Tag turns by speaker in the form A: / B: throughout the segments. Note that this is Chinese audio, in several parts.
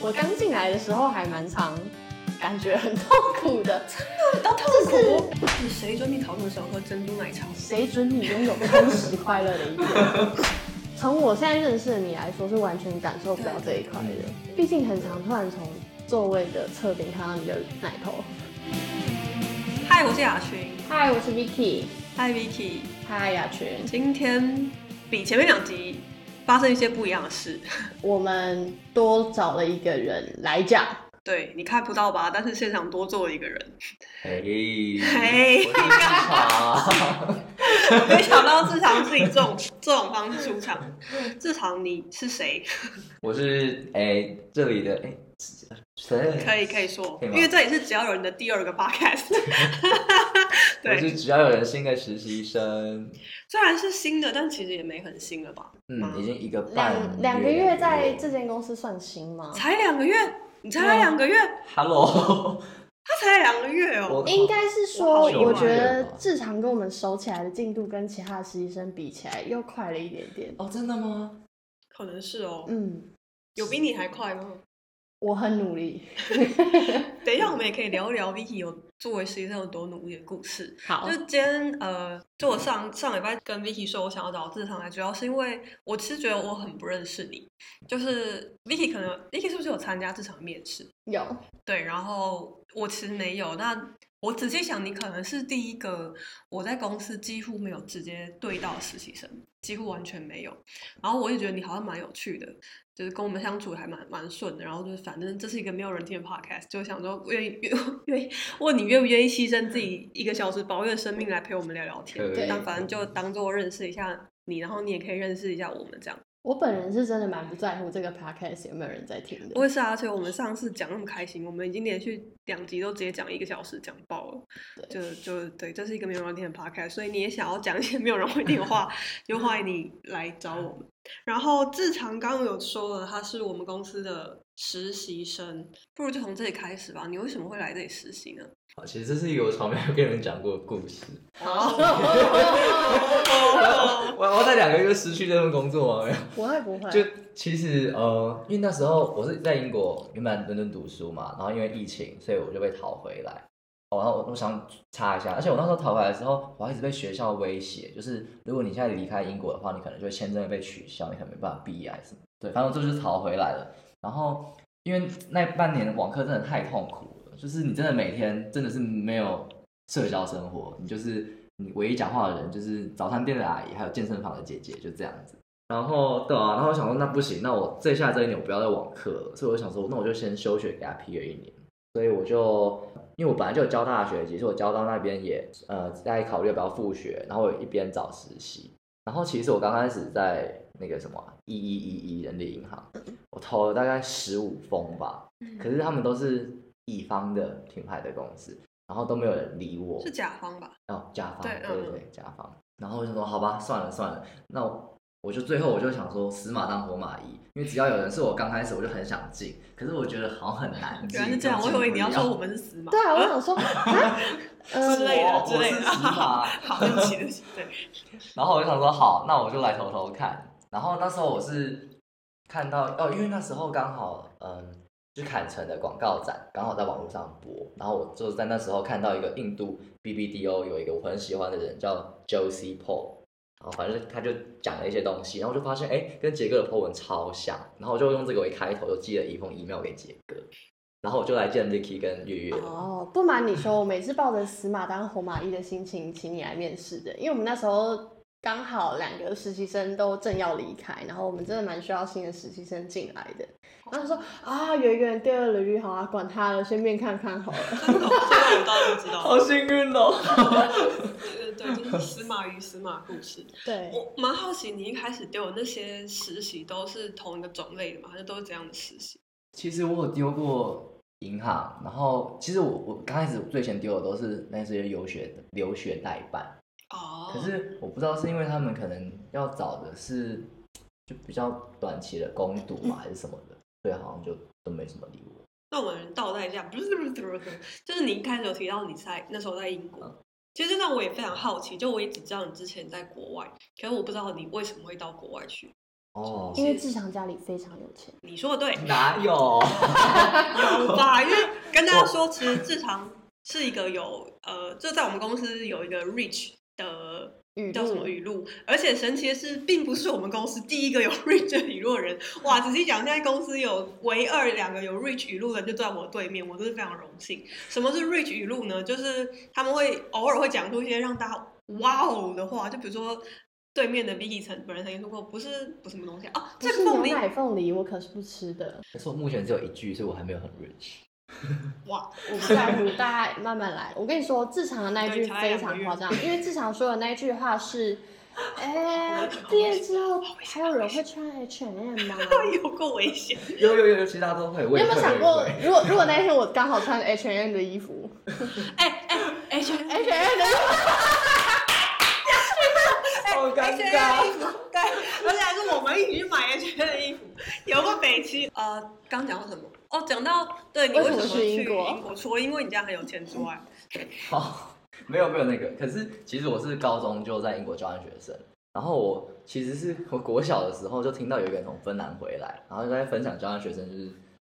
A: 我刚进来的时候还蛮常感觉很痛苦的。
B: 到痛苦。是谁准你讨论的时候喝珍珠奶茶？
A: 谁准你拥有充 实快乐的一天？从我现在认识的你来说，是完全感受不到这一块的。毕竟很常突然从座位的侧边看到你的奶头。
B: 嗨，我是雅群。
A: 嗨，我是 Vicky。
B: 嗨，Vicky。
A: 嗨，雅群。
B: 今天比前面两集发生一些不一样的事。
A: 我们多找了一个人来讲。
B: 对你看不到吧？但是现场多坐了一个人。
C: 嘿，
B: 嘿
C: 我是市场，
B: 没想到志长是以这种这种方式出场。志长，你是谁？
C: 我是哎、这里的哎，谁、
B: 可以可以说，
C: 可以
B: 因
C: 吗
B: 为这也是只要有人的第二个 podcast。
C: 我是
B: 对，
C: 只要有人新的实习生，
B: 虽然是新的，但其实也没很新了吧？
C: 嗯，已经一个半
A: 哦两两个月在这间公司算新吗？
B: 才两个月，你才来两个月，
C: ，Hello，
B: 他才来两个月哦。
C: 我
A: 应该是说，
C: 我好
A: 我觉得
C: 久没有了
A: 志长跟我们熟起来的进度跟其他的实习生比起来又快了一点点。
C: 哦，真的吗？
B: 可能是哦，
A: 嗯，
B: 有比你还快吗？
A: 我很努 力。
B: 等一下，我们也可以聊一聊 Vicky 有作为实习生有多努力的故事。
A: 好
B: 就今天呃，就我上上礼拜跟 Vicky 说，我想要找志上来，主要是因为我其实觉得我很不认识你。就是 Vicky 可能 Vicky 是不是有参加这场面试？
A: 有
B: 对，然后我其实没有。那我仔细想，你可能是第一个我在公司几乎没有直接对到的实习生，几乎完全没有。然后我也觉得你好像蛮有趣的，就是跟我们相处还蛮蛮顺的。然后就是反正这是一个没有人听的 podcast，就想说愿意愿愿意问你愿不愿意牺牲自己一个小时宝贵的生命来陪我们聊聊天。
C: 可
A: 以
B: 但反正就当做认识一下你，然后你也可以认识一下我们这样。
A: 我本人是真的蛮不在乎这个 podcast 有没有人在听的。
B: 我也是啊，而且我们上次讲那么开心，我们已经连续两集都直接讲一个小时，讲爆了。
A: 对
B: 就就对，这是一个没有人会听的 podcast，所以你也想要讲一些没有人会听 的话，就欢迎你来找我们。然后志长刚刚有说了，他是我们公司的实习生，不如就从这里开始吧。你为什么会来这里实习呢？
C: 好，哦其实这是一个我从来没有跟人讲过的故 事。
B: 好，
C: 我我在两个月失去这份工作吗？没有。
A: 不会不会，
C: 就其实呃，因为那时候我是在英国原本伦敦读书嘛，然后因为疫情，所以我就被逃回来。哦然后我我想插一下，而且我那时候逃回来的时候，我还一直被学校威胁，就是如果你现在离开英国的话，你可能就会签证会被取消，你可能没办法毕业还是什么。对，反正我就是逃回来了。然后因为那半年网课真的太痛苦了，就是你真的每天真的是没有社交生活，你就是你唯一讲话的人就是早餐店的阿姨，还有健身房的姐姐，就这样子。然后对啊，然后我想说那不行，那我这下这一年我不要再网课了，所以我想说，那我就先休学给他批了一年。所以我就因为我本来就有交大的学籍，所以我交大那边也呃在考虑要不要复学，然后我一边找实习。然后其实我刚开始在那个什么一一一一人力银行，我投了大概十五封吧，
A: 嗯
C: 可是他们都是乙方的品牌的公司，然后都没有人理我。
B: 是甲方吧？
C: 哦，甲方，
B: 对
C: 对
B: 嗯
C: 对对，甲方。然后我就说，好吧，算了算了，那我我就最后我就想说，死马当活马医，因为只要有人是我刚开始我就很想进，可是我觉得好像很难进。
B: 原来是这样，
C: 就
B: 我以为
C: 进不
B: 你要
C: 了
B: 说我们是死马
A: 对啊，我想 说，啊呃
B: 之类的
C: 我
B: 之类的。
C: 我是死马
B: 好，对不起，对不起， 对。
C: 然后我就想说，好，那我就来投投看。然后那时候我是看到哦，因为那时候刚好嗯，就坎城的广告展刚好在网络上播，然后我就在那时候看到一个印度 BBDO 有一个我很喜欢的人叫 Josie Paul。然后反正他就讲了一些东西，然后我就发现，哎，跟杰哥的 po 文超像，然后我就用这个为开头，就寄了一封 email 给杰哥，然后我就来见 Vicky 跟月月了。
A: 哦，不瞒你说，我每次抱着死马当活马医的心情，请你来面试的，因为我们那时候刚好两个实习生都正要离开，然后我们真的蛮需要新的实习生进来的。然后说啊，圆圆第二履历好啊，管他了，先面看看好了。
B: 真的，这个我倒不知道。
C: 幸运哦！
B: 对对对，就是司马与司马故事。
A: 对，
B: 我蛮好奇，你一开始丢的那些实习都是同一个种类的吗？还是都是怎样的实习？
C: 其实我有丢过银行，然后其实我我刚开始最先丢的都是那些游学的留学代办，
B: 哦
C: 可是我不知道是因为他们可能要找的是就比较短期的攻读嘛，还是什么的，所以好像就都没什么理我。
B: 那我们倒带一下，不是不是不是不是，就是你一开始有提到你在那时候在英国
C: 嗯，
B: 其实那我也非常好奇，就我也只知道你之前在国外，可是我不知道你为什么会到国外去。
C: 哦，
A: 因为志祥家里非常有钱，
B: 你说的对，
C: 哪 有？
B: 有吧？因为跟大家说，其实志常是一个有呃，就在我们公司有一个 reach 的
A: 语
B: 叫什
A: 录
B: 么语录，而且神奇的是，并不是我们公司第一个有 reach 的语录的人。哇，仔细讲，现在公司有唯二两个有 reach 语录的人就在我对面，我真是非常荣幸。什么是 reach 语录呢？就是他们会偶尔会讲出一些让大家哇哦的话，就比如说。对面的 Vicky 曾本人曾经说过，不是不是什么东西啊，
A: 不
B: 这
A: 是
B: 个
A: 牛
B: 凤梨
A: 奶凤梨，我可是不吃的。
C: 可是我目前只有一句，所以我还没有很 rich。
B: 哇，
A: 我不在乎，大家慢慢来。我跟你说，志强的那一句
B: 对差
A: 非
B: 两
A: 常
B: 个月
A: 夸张，因为志强说的那一句话是：“哎、毕业之后还有人会穿 H M 吗？”
B: 有够危险！
C: 有有有有，其他都会。我
A: 你有没
C: 也
A: 有
C: 会
A: 想
C: 我
A: 过
C: 也，会
A: 如果如果那一天我刚好穿 H M 的衣服
B: 哎哎哎，学
A: ，H M 的衣服，
C: 好尴
B: 的
C: 尬。
B: 衣服，对，而且还是我们一起去买 H 的衣服，有个北七。呃，刚讲到什么？哦，讲到对你
A: 为
B: 为
A: 什
B: 什
A: 么
B: 么
A: 去
B: 去
A: 英
B: 英
A: 国
B: 国？除了因为你家很有钱之外，
C: 好， 没有没有那个。可是其实我是高中就在英国交换学生，然后我其实是我国小的时候就听到有一个人从芬兰回来，然后就在分享交换学生就是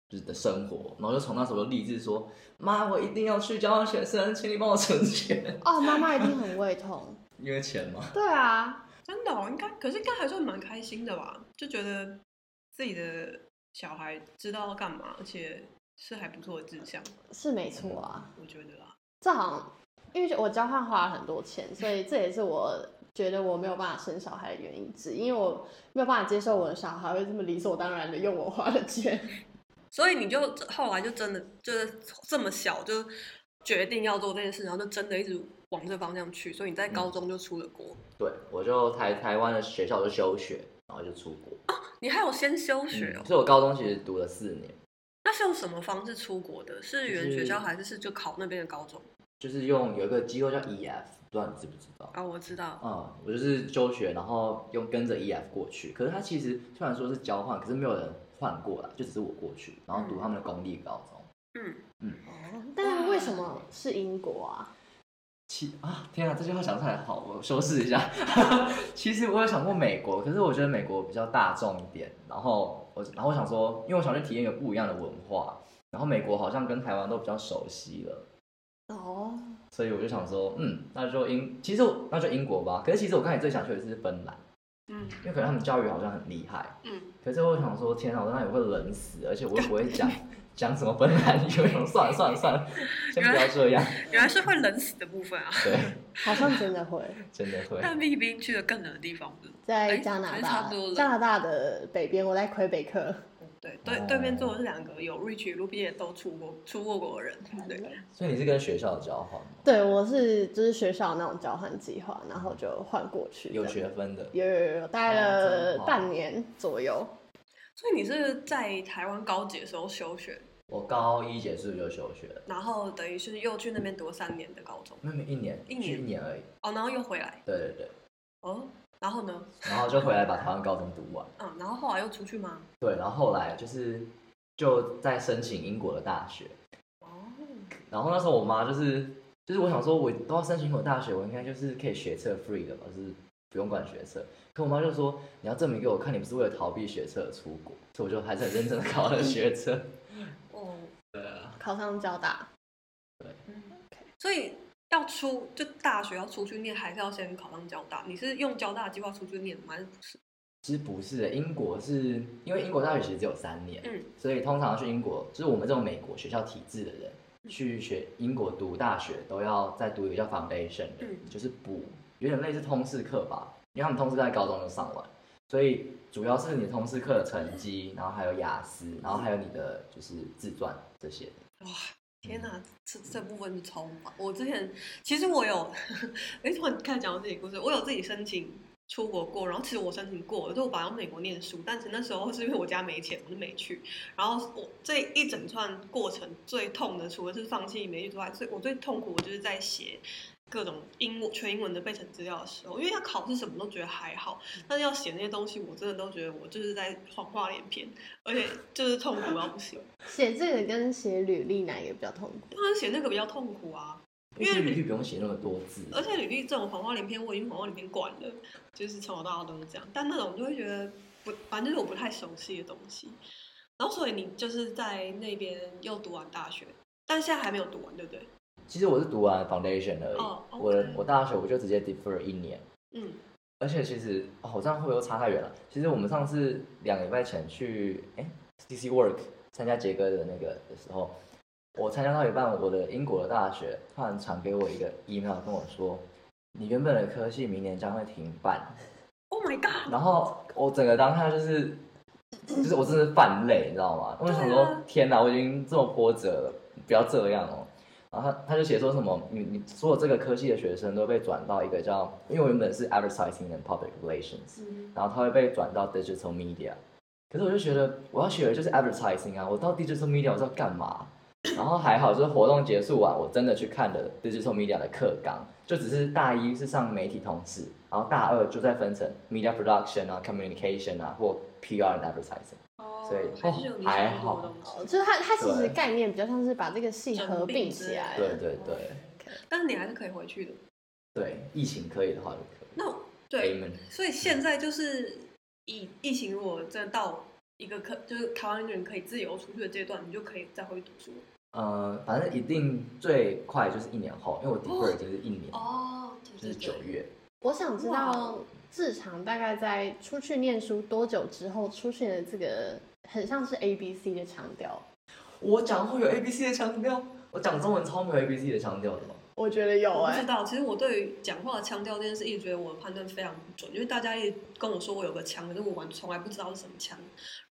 C: 就是的生活，然后就从那时候就立志说，妈，我一定要去交换学生，请你帮我存钱，
A: 哦，妈妈一定很胃痛。
C: 因为钱嘛。
A: 对啊，
B: 真的、哦、应该，可是应该还算蛮开心的吧？就觉得自己的小孩知道要干嘛，而且是还不错的志向，
A: 是没错啊。
B: 我觉得啦。
A: 这好像因为我交换花了很多钱，所以这也是我觉得我没有办法生小孩的原因之一，因为我没有办法接受我的小孩会这么理所当然的用我花的钱。
B: 所以你就后来就真的就是这么小就决定要做这件事，然后就真的一直往这方向去。所以你在高中就出了国，
C: 对，我就台台湾的学校就休学，然后就出国。
B: 你还有先休学哦
C: 嗯。所以我高中其实读了四年，
B: 那是用什么方式出国的？是原学校
C: 就是
B: 还是是就考那边的高中？
C: 就是用有一个机构叫 EF，不知道你知不知道？
B: 啊，我知道，
C: 嗯，我就是休学，然后用跟着 EF 过去。可是他其实虽然说是交换，可是没有人换过来，就只是我过去，然后读他们的公立高中。
B: 嗯，
A: 但是为什么是英国啊？
C: 其啊，天啊，这句话讲出来好，我修饰一下。 其实我有想过美国，可是我觉得美国比较大众一点。然后我，然后我想说，因为我想去体验一个不一样的文化，然后美国好像跟台湾都比较熟悉了。
A: 哦，
C: 所以我就想说，嗯，那就英，其实我那就英国吧。可是其实我刚才最想去的是芬兰，
B: 嗯
C: 因为可能他们教育好像很厉害。
B: 嗯，
C: 可是我想说，天啊，我在那里会冷死，而且我又不会讲讲什么芬兰语，我想算了算了算了，先不要这样。
B: 嗯原来是会冷死的部分啊。
C: 对，
A: 好像真的 会
C: 真的会。
B: 但菲律宾去了更冷的地方，不是？
A: 在
B: 哎
A: 加拿
B: 还是
A: 大
B: 差不多，了
A: 加拿大的北边，我在魁北克。
B: 对对
C: 哦，
B: 对面坐的是两个有 Rich 卢比也都出过出过国的人，对。
C: 所以你是跟学校交换吗？
A: 对，我是就是学校那种交换计划，然后就换过去。
C: 有学分的。
A: 有有有有，待
C: 哦
A: 了
C: 真好
A: 半年左右。
B: 所以你是在台湾高级的时候休学，
C: 我高一结束就休学了，
B: 然后等于是又去那边读了三年的高中，
C: 妹妹一年，
B: 一年
C: 去一年而已。
B: 哦，然后又回来，
C: 对对对，
B: 哦，然后呢，
C: 然后就回来把台湾高中读完。
B: 嗯，然后后来又出去吗？
C: 对，然后后来就是就在申请英国的大学，
B: 哦，
C: 然后那时候我妈就是就是我想说，我都要申请英国大学，我应该就是可以学测 free 的吧，就是不用管学测。可我妈就说，你要证明给我看，你不是为了逃避学测而出国，所以我就还是很认真的考了学测。
B: 哦，
A: 考上交大，
B: 所以要出就大学要出去念，还是要先考上交大？你是用交大的计划出去念吗？还是不是？
C: 其实不是的，英国是因为英国大学其实只有三年，
B: 嗯
C: 所以通常去英国，就是我们这种美国学校体制的人
B: 嗯
C: 去学英国读大学，都要再读一个叫 foundation 的，
B: 嗯
C: 就是补有点类似通识课吧，因为他们通识在高中就上完，所以主要是你通识课的成绩，然后还有雅思，然后还有你的就是自传这些的。
B: 天哪、这这部分是超烦。我之前其实我有， 哎，突然看讲我自己故事，我有自己申请出国过，然后其实我申请过了，就我本来要美国念书，但是那时候是因为我家没钱，我就没去。然后我这一整串过程最痛的，除了是放弃没去之外，最我最痛苦的就是在写各种英文全英文的备审资料的时候，因为要考试什么都觉得还好，但是要写那些东西，我真的都觉得我就是在谎话连篇，而且就是痛苦到不行。
A: 写这个跟写履历哪一个比较痛苦？
B: 当然写那个比较痛苦啊。
C: 因
B: 因
C: 为
B: 为
C: 履历不用写那么多字，
B: 而且履历这种谎话连篇，我已经谎话连篇惯了，就是从小到大都是这样。但那种就会觉得不，反正就是我不太熟悉的东西。然后所以你就是在那边又读完大学，但现在还没有读完，对不对？
C: 其实我是读完 foundation 而已，
B: 哦，OK
C: 我的我大学我就直接 defer 一年，
B: 嗯，
C: 而且其实哦，我这样会不会又差太远了？其实我们上次两个礼拜前去哎 CC Work 参加杰哥的那个的时候，我参加到一半，我的英国的大学突然传给我一个 email 跟我说，你原本的科系明年将会停办，
B: Oh my god！
C: 然后我整个当下就是，就是我真的犯累，你知道吗？我就想说，
B: 对啊
C: 天哪，我已经这么波折了，不要这样哦。然后他他就写说什么，你你所有这个科系的学生都被转到一个叫，因为我原本是 advertising and public relations，
B: 嗯
C: 然后他会被转到 digital media。可是我就觉得我要学的就是 advertising 啊，我到 digital media 我是要干嘛？然后还好，就是活动结束完，我真的去看了 digital media 的课纲，就只是大一是上媒体同事，然后大二就再分成 media production 啊、communication 啊或 PR and advertising。
B: 哦
C: 所以
B: 还是有你
C: 哦还
B: 想要读的
C: 好
B: 东西
A: 哦，就是它它其实
C: 对
A: 概念比较像是把这个系
B: 整
A: 合并
B: 并之
A: 起来
B: 类
A: 了
C: 对
B: 的
C: 对对
B: 但是你还是可以回去的。
C: 对，疫情可以的话就可以。
B: 那对，
C: Amen
B: 所以现在就是以
C: 哎
B: 疫情如果真的到一个可就是台湾人可以自由出去的阶段，你就可以再回去读书了。
C: 呃，反正一定最快就是一年后，因为我 defer 就是一年，
B: 哦，
C: 就
B: 对对
C: 是九
B: 对，
C: 月。
A: 我想知道
B: 哇哦
A: 志强大概在出去念书多久之后出现了这个很像是 A B C 的强调，
C: 我讲会有 A B C 的腔调，我讲中文超没有 A B C 的腔调的吗？
A: 我觉得有
B: 我不
A: 哎、
B: 知道。其实我对于讲话的腔调这件事，一直觉得我的判断非常不准，因为大家一直跟我说我有个腔，可是我完从来不知道是什么腔。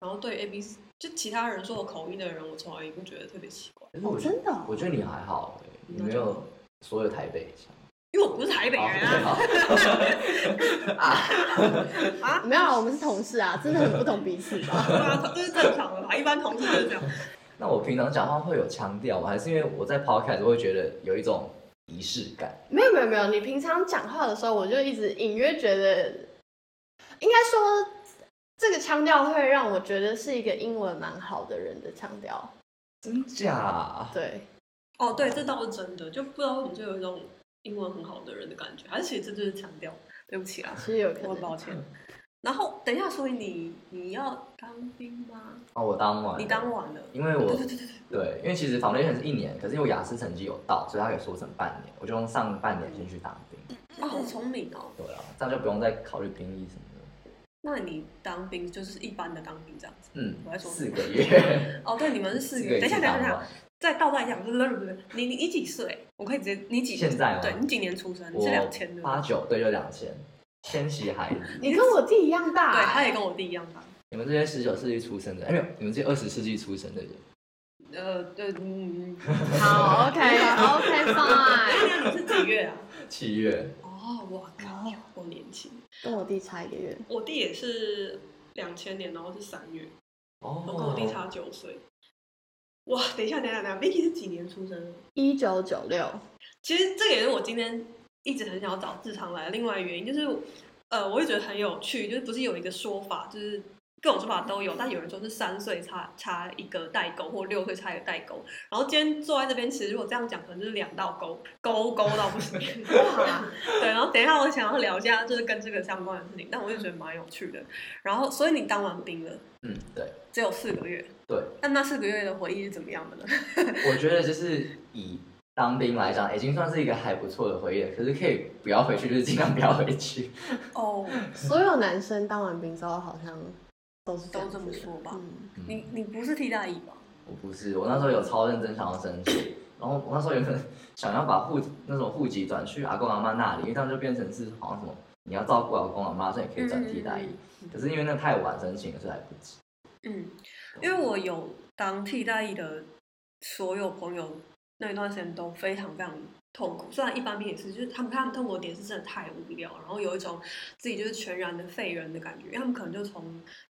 B: 然后对 A B C，就其他人说我口音的人，我从来也不觉得特别奇怪，
C: 可是
A: 哦，
C: 我觉得
A: 真的哦、
C: 我觉得你还好、欸，你
B: 啊那
C: 没
B: 就
C: 有所有台北腔。
B: 因为我不是台北人啊。
C: 好，
A: 没有啊，我们是同事啊，真的很不懂彼此吧？
B: 对啊，这是正常的吧？一般同事就是这样。
C: 那我平常讲话会有腔调吗？还是因为我在 podcast 我会觉得有一种仪式感？
A: 没有没有没有，你平常讲话的时候，我就一直隐约觉得，应该说这个腔调会让我觉得是一个英文蛮好的人的腔调。
C: 真假？啊
A: 对，
B: 哦，对，这倒是真的，就不知道为什么就有一种英文很好的人的感觉，而且这就是强调。对不起啊，
A: 其实有可
B: 我很抱
A: 能。
B: 歉。然后等一下，所以你你要当兵吗？
C: 哦，我当晚，
B: 你当，晚了。
C: 因为我
B: 对对对对对，
C: 对，因为其实 foundation 是一年，可是因为我雅思成绩有到，所以它可以缩成半年，我就用上半年先去当兵。
B: 啊，好聪明哦。
C: 对啊，这样就不用再考虑兵役什么的。
B: 那你当兵就是一般的当兵这样子。
C: 嗯
B: 我在，说
C: 四个月，
B: 哦，对，你们是 四个月。等
C: 一
B: 一下，等一
C: 起
B: 下，
C: 当
B: 等一下，
C: 完。
B: 再倒带讲，不是不是不是，你你你几岁？我可以直接，你几？
C: 现在吗
B: 对你几年出生？你
C: 我
B: 是两千的。
C: 八九，对，就两千，千禧孩子。
A: 你跟我弟一样大、哎
B: 对，他也跟我弟一样大。
C: 你们这些十九世纪出生的，哎，没有，你们这些二十世纪出生的人，
B: 呃，对，嗯。
A: 好，OK，OK，Fine、
B: 哎呀，你是几月啊？
C: 七月，
B: 哦，我靠
A: 哦，
B: 我年轻，
A: 跟我弟差一个月，
B: 我弟也是两千年，然后是三月，
C: 哦
B: 我跟我弟差九岁。哇，等一下，等一下，等一下，Vicky 是几年出生的？
A: 一九九六。
B: 其实这个也是我今天一直很想要找志常来的另外一个原因，就是呃，我也觉得很有趣，就是不是有一个说法，就是各种说法都有，但有人说是三岁差差一个代沟，或六岁差一个代沟。然后今天坐在这边，其实如果这样讲，可能就是两道沟，沟沟到不行。 对，然后等一下我想要聊一下，就是跟这个相关的事情，但我就觉得蛮有趣的。然后，所以你当完兵了，
C: 嗯，对
B: 只有四个月，
C: 对，
B: 那那四个月的回忆是怎么样的呢？
C: 我觉得就是以当兵来讲，已经算是一个还不错的回忆了。可是可以不要回去，就是尽量不要回去。
B: 哦，
A: 所有男生当完兵之后好像都是
B: 都
A: 样
B: 这么
A: 子
B: 说吧。
A: 嗯，
C: 嗯
B: 你你不是替代役吧？
C: 我不是，我那时候有超认真想要申请，然后我那时候原本想要把户那种户籍转去阿公阿妈那里，因为这样就变成是好像什么你要照顾阿公阿妈，所以你可以转替代役。可是因为那太晚申请了，所以来不及。
B: 嗯，因为我有当替代役的所有朋友，那一段时间都非常非常痛苦。虽然一般兵也是，就是他们他们痛苦的点是真的太无聊，然后有一种自己就是全然的废人的感觉。因为他们可能就从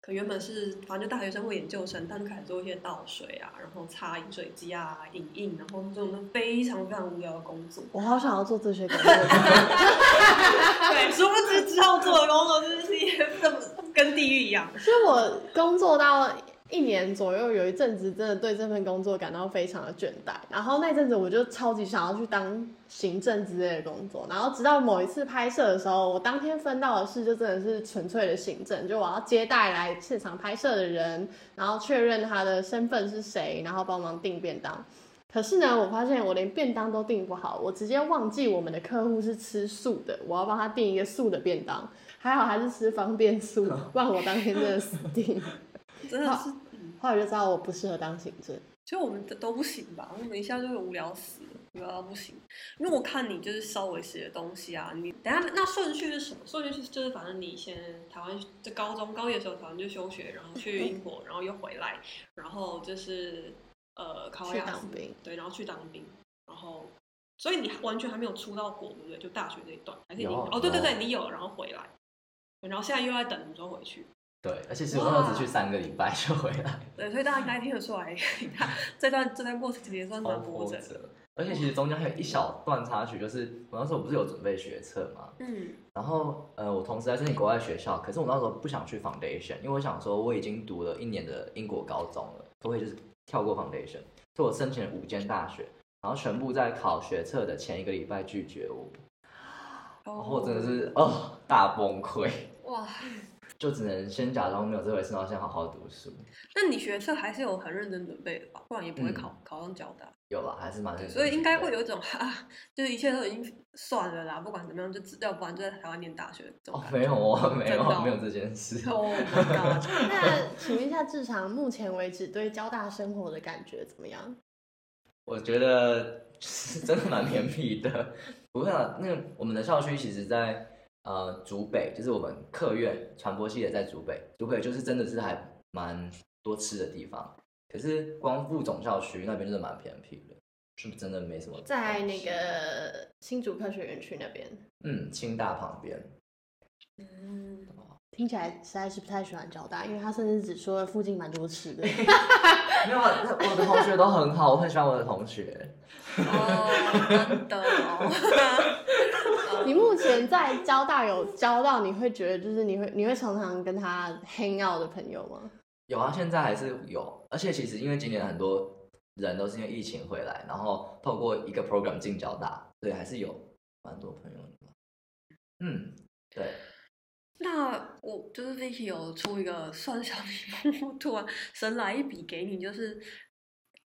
B: 可能原本是反正就大学生或研究生，但就开始做一些倒水啊，然后擦饮水机啊、影印，然后这种非常非常无聊的工作。
A: 我好想要做这些工作。
B: 对，殊不知之后做的工作就是一些这么跟地狱一样。
A: 所以我工作到一年左右有一阵子真的对这份工作感到非常的倦怠，然后那阵子我就超级想要去当行政之类的工作，然后直到某一次拍摄的时候，我当天分到的事就真的是纯粹的行政，就我要接待来现场拍摄的人，然后确认他的身份是谁，然后帮忙订便当。可是呢，我发现我连便当都订不好，我直接忘记我们的客户是吃素的，我要帮他订一个素的便当。还好还是吃方便素，不然我当天真的死定了。
B: 真的是，嗯
A: 后来就知道我不适合当行政。
B: 就我们都不行吧，我们一下就会无聊死了，无聊到不行。因为我看你就是稍微写的东西啊，你等下那顺序是什么？顺序是就是反正你先台湾就高中高一的时候台湾就休学，然后去英国，然后又回来，然后就是呃考
A: 去
B: 雅
A: 当
B: 思
A: 兵，
B: 对，然后去当兵，然后所以你完全还没有出到国，对不对？就大学那一段，还是你
C: 有
B: 哦对对
C: 有
B: 对，你有，然后回来，然后现在又在等你说回去，
C: 对，而且是我那时候只去三个礼拜就回来，
B: 对，所以大家应该听得出来， 他这段这段过程其实也算
C: 超
B: 蛮波折的，
C: 折。而且其实中间还有一小段插曲，就是我那时候不是有准备学测嘛，
B: 嗯
C: 然后呃，我同时在申请国外学校，可是我那时候不想去 foundation，因为我想说我已经读了一年的英国高中了，可不可以就是跳过 foundation？所以我申请了五间大学，然后全部在考学测的前一个礼拜拒绝我，然后我真的是哦大崩溃，
B: 哦哇，
C: 就只能先假装没有这回事，然后先好好读书。
B: 那你学测还是有很认真准备的吧？不然也不会
C: 嗯
B: 考、考上交大，
C: 有啦，还是蛮认真
B: 所以应该会
C: 的
B: 有一种啊，就是一切都已经算了啦，不管怎么样，就只要不然就在台湾念大学这种
C: 哦
B: 感，觉。
C: 没有哦，没
B: 真的哦
C: 有没有这件事。
B: Oh my god！
A: 那请问一下，志长目前为止对交大生活的感觉怎么样？
C: 我觉得是真的蛮偏僻的。不过啊那个我们的校区其实在呃竹北，就是我们客院传播系也在竹北，竹北就是真的是还蛮多吃的地方。可是光复总校区那边就是蛮偏僻的，是真的没什么东西。
A: 在那个新竹科学园区那边，
C: 嗯清大旁边，
B: 嗯，
A: 听起来实在是不太喜欢交大，因为他甚至只说了附近蛮多吃 的。
C: 没有啊，那我的同学都很好，我很喜欢我的同学。
B: 哦，真的 哦，
A: 你目前在交大有交到你会觉得就是你会你会常常跟他 hang out 的朋友吗？
C: 有啊，现在还是有，而且其实因为今年很多人都是因为疫情回来，然后透过一个 program 进交大，所以还是有蛮多朋友的。嗯，对，
B: 那我就是 Vicky 有出一个算小题目， 突然神来一笔给你，就是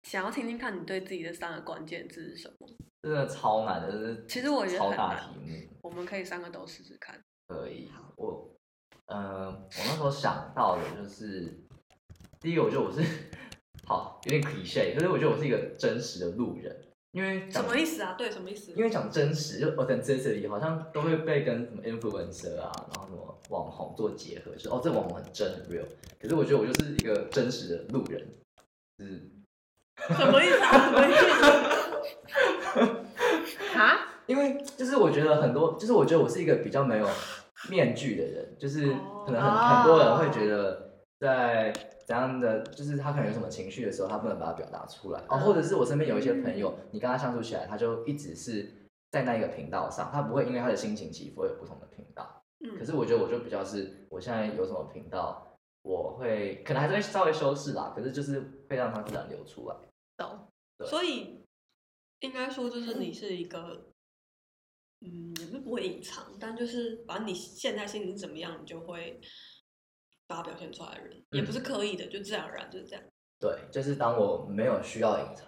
B: 想要听听看你对自己的三个关键字是什么。
C: 真的超难的，真
B: 其实我
C: 的
B: 觉得
C: 是超
B: 很
C: 大
B: 难
C: 题目，
B: 我们可以三个都试试看。
C: 可以。我，呃，我那时候想到的就是，第一个我觉得我是 好有点 cliche，可是我觉得我是一个真实的路人，因为
B: 什
C: 讲
B: 么意思啊？对，什么意思？
C: 因为讲真实，就 authenticity 好像都会被跟什么 influencer 啊，然后什么网红做结合，就是哦，这网红很真很 real。可是我觉得我就是一个真实的路人，就是
B: 什么意思啊？什么意思？
A: 哈，
C: 因为就是我觉得很多，就是我觉得我是一个比较没有面具的人，就是可能很、
A: 哦
C: 很多人会觉得在怎样的，就是他可能有什么情绪的时候，他不能把它表达出来哦，
A: 嗯
C: 或者是我身边有一些朋友，你跟他相处起来，他就一直是在那一个频道上，他不会因为他的心情起伏而有不同的频道。
B: 嗯
C: 可是我觉得我就比较是，我现在有什么频道，我会可能还是会稍微修饰啦，可是就是会让它自然流出来。
A: 懂。
C: 对
B: 所以应该说，就是你是一个，嗯，也不是不会隐藏，但就是把你现在心情是怎么样，你就会把它表现出来的人，也
C: 嗯
B: 不是刻意的，就自然而然就是这样。
C: 对，就是当我没有需要隐藏，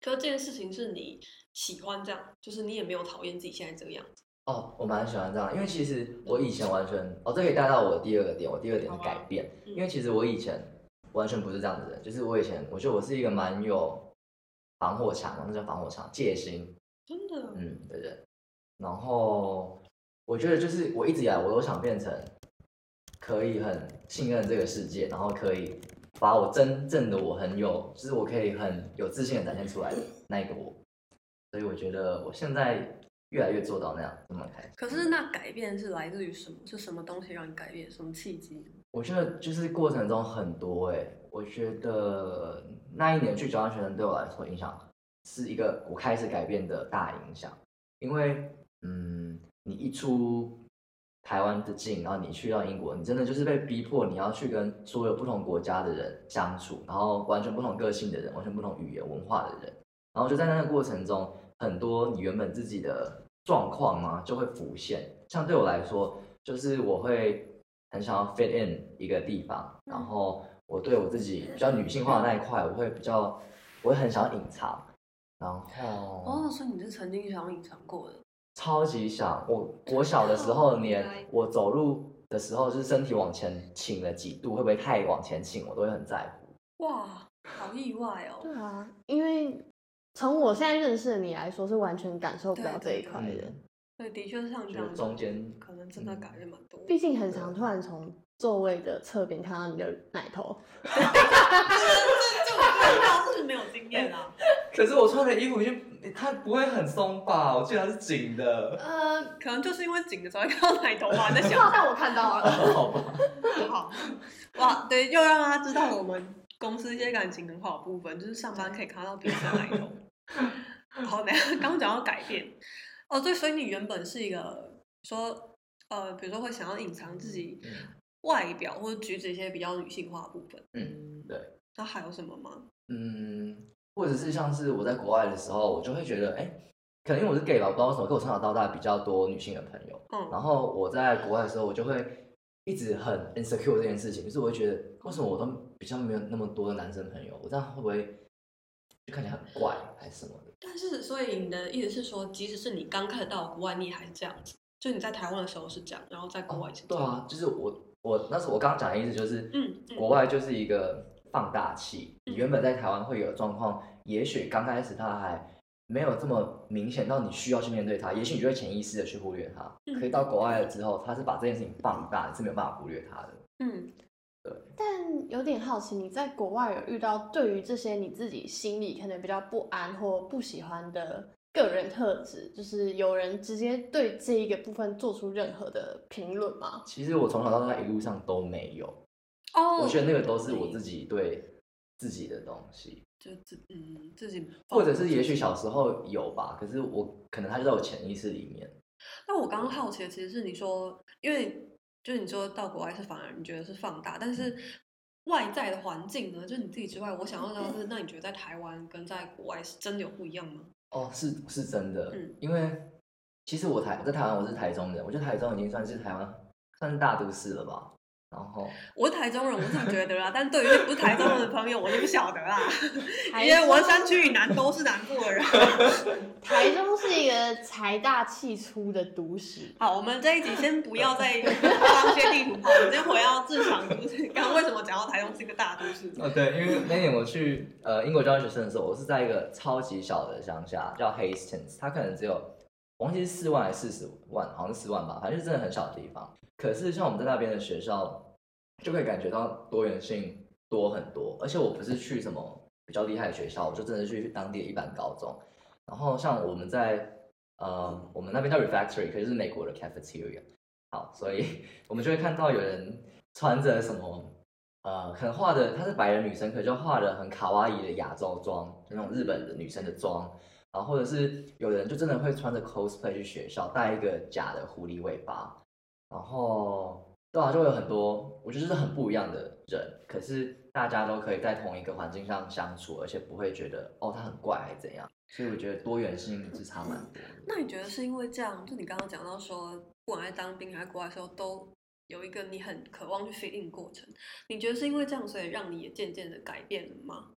B: 可是这件事情是你喜欢这样，就是你也没有讨厌自己现在这个样子。
C: 哦，我蛮喜欢这样，因为其实我以前完全哦，这可以带到我的第二个点，我第二个点是改变，
B: 嗯
C: 因为其实我以前完全不是这样的人，就是我以前我觉得我是一个蛮有防火墙嘛，那叫防火墙戒心，
B: 真的，
C: 嗯的人。然后我觉得就是我一直以来我都想变成可以很信任这个世界，然后可以把我真正的我很有，就是我可以很有自信的展现出来的那一个我。所以我觉得我现在越来越做到那样，这么开心。
B: 可是那改变是来自于什么？是什么东西让你改变？什么契机？
C: 我觉得就是过程中很多哎、我觉得那一年去交换学生对我来说影响是一个我开始改变的大影响，因为嗯，你一出台湾的境，然后你去到英国，你真的就是被逼迫你要去跟所有不同国家的人相处，然后完全不同个性的人，完全不同语言文化的人，然后就在那个过程中，很多你原本自己的状况嘛就会浮现。像对我来说，就是我会很想要 fit in 一个地方，然后我对我自己比较女性化的那一块，我会比较，我会很想要隐藏，然后
B: 哦，所以你是曾经想要隐藏过的，
C: 超级想。我我小的时候，连我走路的时候，就是身体往前倾了几度，会不会太往前倾，我都会很在乎。
B: 哇，好意外哦。
A: 对啊，因为从我现在认识的你来说，是完全感受不
B: 对
A: 到这
B: 对
A: 一
B: 对
A: 块
C: 嗯
A: 的。
B: 对，的确是像你
C: 觉得
B: 讲的
C: 中间
B: 可能真的
C: 嗯
B: 改变蛮多。
A: 毕竟很常突然从座位的侧边看到你的奶头，
B: 这这我不知道是没有经验啊。
C: 可是我穿的衣服就它不会很松吧？我记得它是紧的。
A: 呃，
B: 可能就是因为紧的时候会看到奶头啊吧，在
A: 不知
B: 想
A: 道，但我看到了。
C: 好吧，
B: 好哇，对，又让他知道我们公司一些感情很好的部分，就是上班可以看到别人的奶头。好，等一下刚讲到改变哦，对，所以你原本是一个说呃，比如说会想要隐藏自己外表或者举止一些比较女性化的部分，
C: 嗯，对。
B: 那还有什么吗？
C: 嗯，或者是像是我在国外的时候，我就会觉得，哎、可能因为我是 gay 吧，我不知道为什么，跟我从小到大比较多女性的朋友。然
B: 嗯，
C: 后我在国外的时候，我就会一直很 insecure 这件事情，就是我会觉得，为什么我都比较没有那么多的男生朋友，我这样会不会就看起来很怪还是什么的？
B: 但是所以你的意思是说，即使是你刚看到国外，你还是这样子，就你在台湾的时候是这样，然后在国外也是这
C: 对
B: 样。
C: 啊，就是我我那时候我刚刚讲的意思就是，
B: 嗯嗯
C: 国外就是一个放大器，
B: 嗯
C: 你原本在台湾会有的状况，也许刚开始它还没有这么明显到你需要去面对它，也许你就会潜意识的去忽略它。
B: 嗯
C: 可以到国外了之后，它是把这件事情放大，你是没有办法忽略它的。
B: 嗯，
A: 但有点好奇，你在国外有遇到对于这些你自己心里可能比较不安或不喜欢的个人特质，就是有人直接对这一个部分做出任何的评论吗？
C: 其实我从小到大一路上都没有，
B: 哦，
C: 我觉得那个都是我自己对自己的东西。
B: 就自嗯自己，
C: 或者是也许小时候有吧，可是我可能它就在我潜意识里面。
B: 那我刚刚好奇的其实是你说，因为就是你说到国外是反而你觉得是放大，但是外在的环境呢，就是你自己之外，我想要知道是，那你觉得在台湾跟在国外是真的有不一样吗？
C: 哦，是是真的，
B: 嗯
C: 因为其实我台我在台湾我是台中人，我觉得台中已经算是台湾算是大都市了吧。然后
B: 我是台中人，我是这么觉得啦，但对于不是台中人的朋友，我是不晓得啦，
A: 台
B: 因为我
A: 中
B: 山区以南都是南部的人。
A: 台中是一个财大气粗的都市，
B: 好，我们这一集先不要再放一些地图炮，我们先回到日常，就是 刚刚为什么讲到台中是一个大都市？
C: 哦对，因为那年我去呃英国交换学生的时候，我是在一个超级小的乡下叫 Hastings，它可能只有我忘记是四万还是四十万，好像是四万吧，反正就真的很小的地方。可是像我们在那边的学校，就可以感觉到多元性多很多。而且我不是去什么比较厉害的学校，我就真的去当地的一般高中。然后像我们在呃我们那边叫 refectory，可就是美国的 cafeteria。好，所以我们就会看到有人穿着什么呃，可能画的她是白人女生，可就画的很卡哇伊的亚洲妆，就那种日本的女生的妆。然后或者是有人就真的会穿着 cosplay 去学校，戴一个假的狐狸尾巴，然后对啊，就会有很多，我觉得是很不一样的人，可是大家都可以在同一个环境上相处，而且不会觉得哦他很怪还是怎样，所以我觉得多元性是差蛮多的。
B: 那你觉得是因为这样？就你刚刚讲到说，不管在当兵还是国外的时候，都有一个你很渴望去 fit in 过程。你觉得是因为这样，所以让你也渐渐的改变了吗？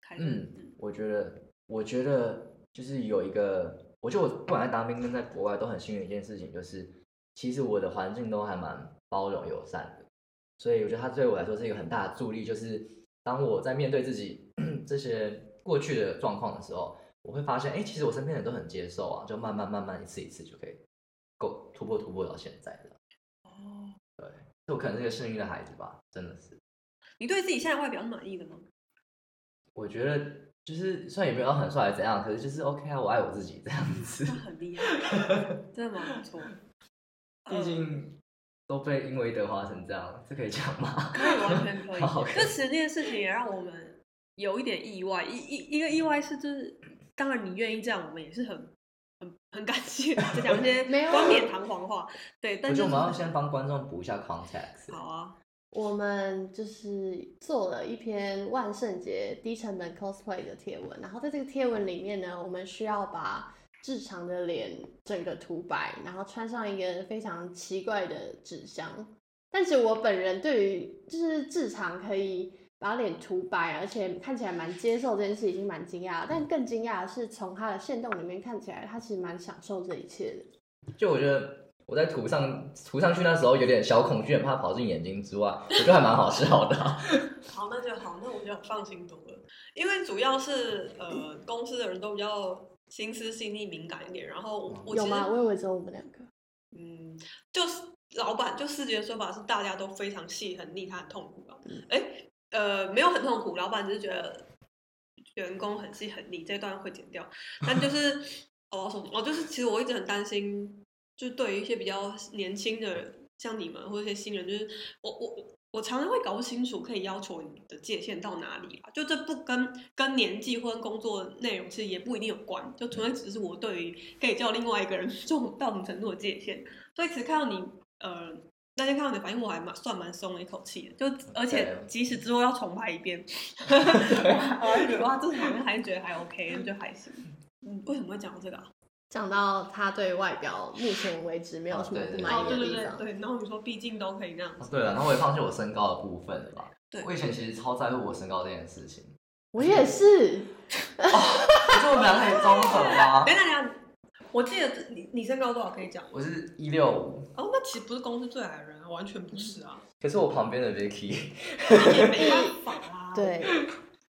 B: 开始
C: 嗯，我觉得，我觉得就是有一个，我觉得我不管在当兵跟在国外都很幸运的一件事情，就是其实我的环境都还蛮包容友善的，所以我觉得它对我来说是一个很大的助力。就是当我在面对自己 这些过去的状况的时候，我会发现，哎，其实我身边的人都很接受啊，就慢慢慢慢一次一次就可以够突破突破到现在的。
B: 哦，
C: 就我可能是个幸运的孩子吧，真的是。
B: 你对自己现在外表是满意的吗？
C: 我觉得就是虽然也没有很帅怎样，可是就是 OK 啊，我爱我自己这样子
B: 那。很 厉害，真的蛮不错的。
C: 毕
B: 嗯
C: 竟都被英维德华成这样，这可以讲吗？
B: 可以，完全可以。
C: 好，可
B: 就
C: 以
B: 其实这件事情也让我们有一点意外，一一一个意外是就是，当然你愿意这样，我们也是很很很感谢就讲这些
A: 没有啊
B: 冠冕堂皇话。对，
C: 我
B: 但是
C: 觉得我们要先帮观众补一下 context。
B: 好啊，
A: 我们就是做了一篇万圣节低成本 cosplay 的贴文，然后在这个贴文里面呢，我们需要把日常的脸整个涂白，然后穿上一个非常奇怪的纸箱。但是我本人对于就是至常可以把脸涂白，而且看起来蛮接受这件事，已经蛮惊讶了。但更惊讶的是，从他的线动里面看起来，他其实蛮享受这一切的。
C: 就我觉得我在涂上涂上去那时候有点小恐惧，很怕跑进眼睛之外，我觉得还蛮好笑的 啊、
B: 好，那就好，那我就放心多了。因为主要是呃，公司的人都比较心思细腻、敏感一点。然后我我
A: 有
B: 其实
A: 吗？我以为只有我们两个。
B: 嗯，就是老板就世杰的说法是大家都非常细很腻，他很痛苦啊。哎、呃，没有很痛苦，老板只是觉得员工很细很腻，这段会剪掉。但就是我要说什么？哦，就是其实我一直很担心，就对于一些比较年轻的人，像你们或者一些新人，就是我我我我常常会搞不清楚可以要求你的界限到哪里啊。就这不跟跟年纪或跟工作内容其实也不一定有关，就纯粹只是我对于可以叫另外一个人 这种到什么程度的界限。所以其实看到你呃。大家看到你的反应，我还蛮算蛮松了一口气的，就而且
C: 对
B: 即使之后要重拍一遍，我还觉得 哇，这好像还是觉得还 OK，就还行。嗯，为什么会讲到这个啊？
A: 讲到他对外表目前为止没有什么不
C: 哪
A: 满
B: 哦，
A: 意
B: 对
A: 的
B: 对
A: 地
B: 对
A: 方，
B: 对，然后你说毕竟都可以那样子，
C: 对了，然后我也放弃我身高的部分了吧。
B: 对
C: 我以前其实超在乎我身高这件事情，
A: 我也是，
C: 可是我们俩可以综合啊
B: 等。一下等一下，我记得你你身高多少可以讲？
C: 我是一六五，
B: 哦，那其实不是公司最矮的人啊，完全不是啊，
C: 可是我旁边的 Vicky
B: 也没办法啊。，
A: 对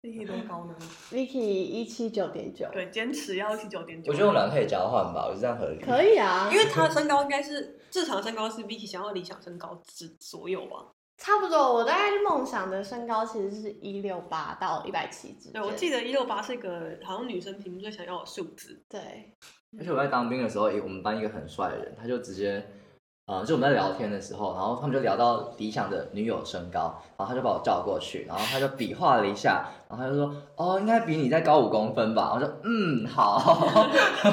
B: 自己多高呢？
A: ，Vicky 一七九点九，
B: 对，坚持要一起九点九。
C: 我觉得我们俩可以交换吧，我觉得这样合理。
A: 可以啊
B: 因，为他的身高应该是正常身高是 Vicky 想要理想身高之左右吧？
A: 差不多。我大概梦想的身高其实是一六八到一百七之间。
B: 对，我记
A: 得，
B: 得一六八是一个好像女生平均最想要的数字。
A: 对，
C: 而且我在当兵的时候，诶我们班一个很帅的人，他就直接，呃，就我们在聊天的时候，然后他们就聊到理想的女友身高，然后他就把我叫过去，然后他就比划了一下，然后他就说，哦，应该比你再高五公分吧。我说，嗯，好。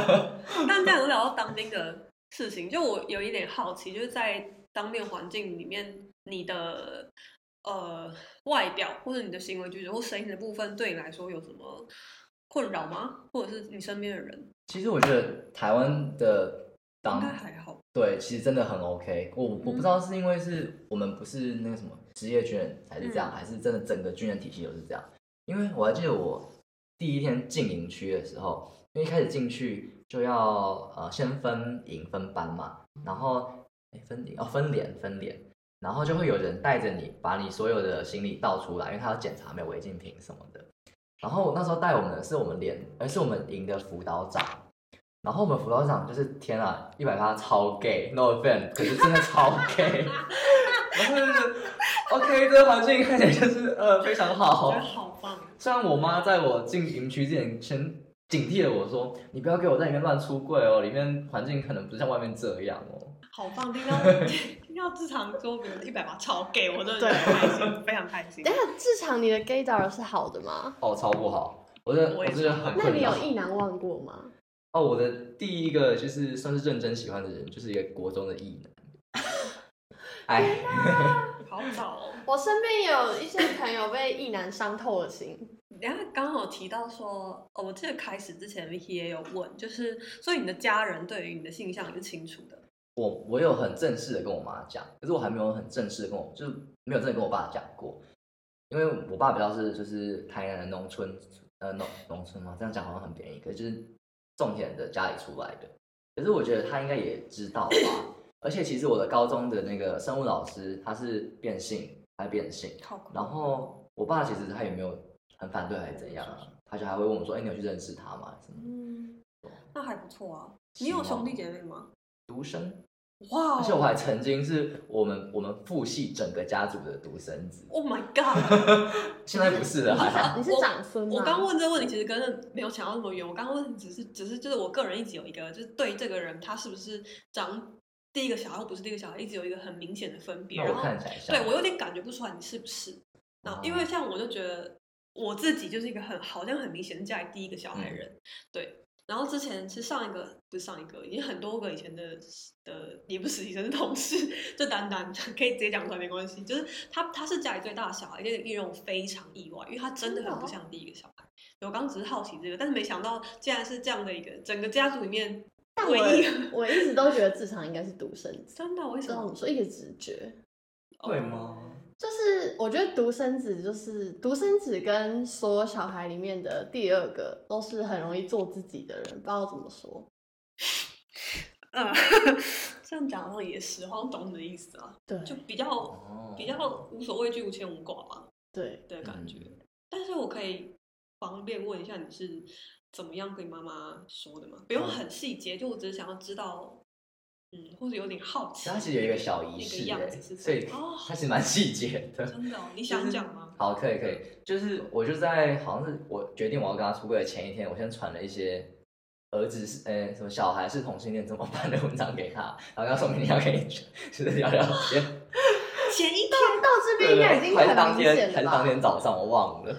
B: 但这样有聊到当兵的事情，就我有一点好奇，就是在当兵环境里面，你的呃外表或者你的行为举止或声音的部分，对你来说有什么困扰吗？或者是你身边的人？
C: 其实我觉得台湾的
B: 应
C: 当
B: 该还好。
C: 对，其实真的很 OK 我。我不知道是因为是我们不是那个什么职业军人才是这样，
B: 嗯
C: 还是真的整个军人体系都是这样。因为我还记得我第一天进营区的时候，因为一开始进去就要呃先分营分班嘛，然后哎分营哦分连分连，然后就会有人带着你把你所有的行李倒出来，因为他要检查没有违禁品什么的。然后那时候带我们的是我们连，而是我们营的辅导长。然后我们辅导长就是天啊，一百趴超 gay，no offense，可是真的超 gay。然后就是 OK，这个环境看起来就是呃非常
B: 我
C: 好
B: 觉得。好棒， 啊
C: 虽然我妈在我进营区之前先警惕了我说，你不要给我在里面乱出柜哦，里面环境可能不是像外面这样哦。
B: 好棒！听 到听到志常说别人一百把超给我，真的觉得开心，非常开心
A: 等。一下至少你的 gaydar 是好的 吗？
C: 哦，超不好，我真的
B: 我
C: 我
B: 也
C: 真的很
A: 那
C: 困
A: 你
C: 扰
A: 有。意难忘过吗？
C: 哦，我的第一个就是算是认真喜欢的人，就是一个国中的异男。哎，
B: 好早哦。
A: 我身边有一些朋友被意难伤透了心，
B: 然后刚好提到说，哦，我记得开始之前 Vicky 也有问，就是所以你的家人对于你的性向也是清楚的，
C: 我我有很正式的跟我妈讲，可是我还没有很正式的跟我，就是没有真的跟我爸讲过，因为我爸比较是就是台南的农村，呃农农村嘛，这样讲好像很便宜，可是就是种田的家里出来的，可是我觉得他应该也知道吧，而且其实我的高中的那个生物老师他是变性，还变性，
B: 好酷
C: 然后我爸其实他也没有很反对还是怎样啊，他就还会问我说，哎、你有去认识他吗？什么
A: 嗯，
B: 那还不错啊。
C: 希
B: 你有
C: 望
B: 兄弟姐妹哦吗？
C: 独生。
B: 哇
C: 而且我还曾经是我们我们父系整个家族的独生子，
B: ！Oh my
C: 啊
B: god！
C: 现在不是了，
A: 你
C: 还
A: 是
C: 好。
A: 长你是长孙吗？
B: 我刚问这个问题，其实跟那没有想到那么远。我刚刚问只是只是就是我个人一直有一个，就是对这个人他是不是长第一个小孩或不是第一个小孩，一直有一个很明显的分别。
C: 那
B: 然
C: 我
B: 后
C: 看起来像，
B: 对我有点感觉不出来你是不是。那
C: 哦
B: 因为
C: 嗯
B: 像我就觉得我自己就是一个很好像很明显是家里第一个小孩的人，对。然后之前是上一个不是上一个，已经很多个以前的的也不是实习生是同事， 就丹丹可以直接讲出来没关系。就是他他是家里最大的小孩，这个令人非常意外，因为他真的
C: 哦
B: 很不像第一个小孩。我刚刚只是好奇这个，但是没想到竟然是这样的一个整个家族里面
A: 但
B: 唯
A: 我
B: 一一个。
A: 我一直都觉得志长应该是独生子，
B: 真的？
A: 不
B: 为什
A: 知道
B: 么
A: 怎么？说，一个直觉。
B: 哦
C: 会吗？
A: 就是我觉得独生子就是独生子跟所有小孩里面的第二个都是很容易做自己的人，不知道怎么说。
B: 嗯， 这样讲好像也是，好像懂你的意思啊，
A: 对，
B: 就比较
C: 哦
B: 比较无所畏惧、无牵无挂吧
A: 对，
B: 的感觉。
C: 嗯
B: 但是我可以方便问一下，你是怎么样跟你妈妈说的吗？不用
C: 嗯
B: 很细节，就我只是想要知道，嗯，或者有点好奇。
C: 它其实有一个小仪
B: 那
C: 式
B: 个
C: 哎、
B: 样子是
C: 所以
B: 什么哦
C: 它其实蛮细 节的。
B: 真的哦、你想讲 吗？
C: 好，可以可以，就是我就在好像是我决定我要跟他出柜的前一天，我先传了一些儿子是呃什么小孩是同性恋怎么办的文章给他，然后跟他说明天要跟你去去聊聊天。
B: 前一
A: 到
B: 天
A: 到 这边
C: 对
A: 应
C: 对，
A: 该已经
C: 还是
A: 很
C: 当
A: 明显
C: 天
A: 了
C: 还是当
A: 吧？
C: 天早上我忘了，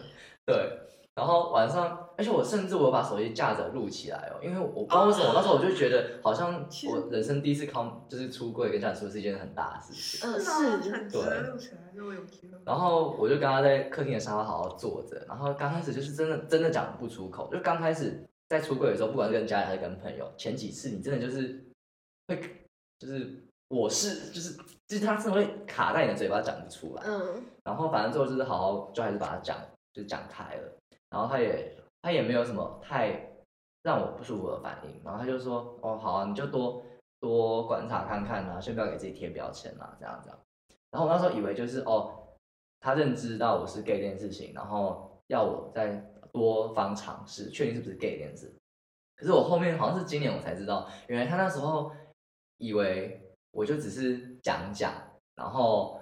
C: 对。然后晚上，而且我甚至我把手机架着录起来哦，因为我不知道为什么，我那时候我就觉得好像
B: 是
C: 我人生第一次康就是出柜跟家人说是一件很大的事情。
A: 嗯，
B: 啊
A: 是，
B: 很值得
C: 对
B: 录起来，如果有机会。
C: 然后我就跟他在客厅的沙发好好坐着，然后刚开始就是真的真的讲不出口，就刚开始在出柜的时候，不管是跟家人还是跟朋友，前几次你真的就是会就是我是就是就是他真的会卡在你的嘴巴讲不出来，
A: 嗯，
C: 然后反正最后就是好好就还是把它讲就是讲开了，然后他也他也没有什么太让我不舒服的反应，然后他就说哦好啊，你就多多观察看看啊，先不要给自己贴标签啊，这样这样。然后我那时候以为就是哦，他认知到我是 gay 这件事情，然后要我再多方尝试，确定是不是 gay 这件事。可是我后面好像是今年我才知道，原来他那时候以为我就只是讲讲，然后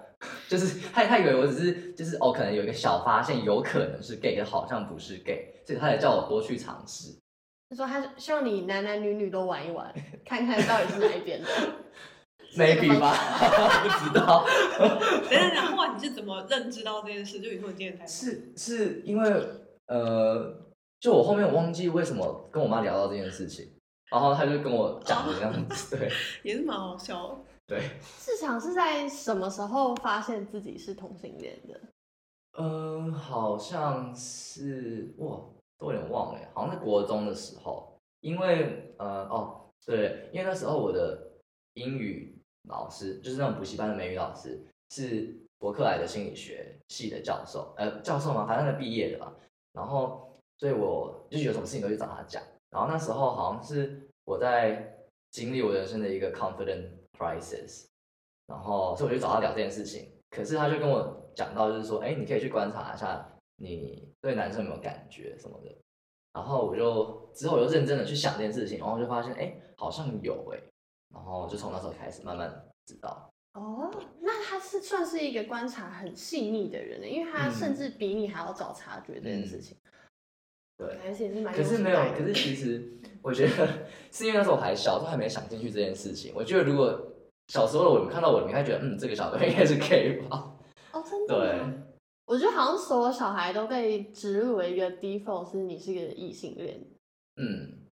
C: 就是他他以为我只是就是哦，可能有一个小发现，有可能是 gay，可是好像不是 gay，所以他才叫我多去尝试。
A: 他说他希望你男男女女都玩一玩，看看到底是哪一边的。
C: maybe 吧， 不知道。
B: 等等，然后你是怎么认知到这件事？就你说你今天才
C: 是是因为呃，就我后面我忘记为什么跟我妈聊到这件事情，然后她就跟我讲的这样子， 对
B: 也是蛮好笑的。
C: 对，
A: 市场是在什么时候发现自己是同性恋的？
C: 嗯、好像是哇，都有点忘了耶，好像是国中的时候，因为呃哦对，因为那时候我的英语老师就是那种补习班的美语老师是伯克莱的心理学系的教授，呃教授嘛，反正他毕业的吧，然后所以我就是有什么事情都去找他讲。然后那时候好像是我在经历我人生的一个 confident crisis，然后所以我就找他聊这件事情。可是他就跟我讲到，就是说，哎，你可以去观察一下你对男生有没有感觉什么的。然后我就之后我就认真的去想这件事情，然后我就发现，哎，好像有哎、然后就从那时候开始慢慢知道。
A: 哦，那他是算是一个观察很细腻的人呢，欸因为他
C: 嗯
A: 甚至比你还要早察觉这件事情，
C: 对，
A: 感觉也是蛮
C: 可是
A: 时
C: 没有
A: 代，的
C: 可是其实我觉得是因为那时候我还小，都还没想进去这件事情。我觉得如果小时候的我看到我，你应该觉得嗯，这个小朋友应该是 gay 吧？
A: 哦，真的
C: 对
A: 吗，我觉得好像所有小孩都被植入了一个 default 是你是一个异性恋，
C: 嗯，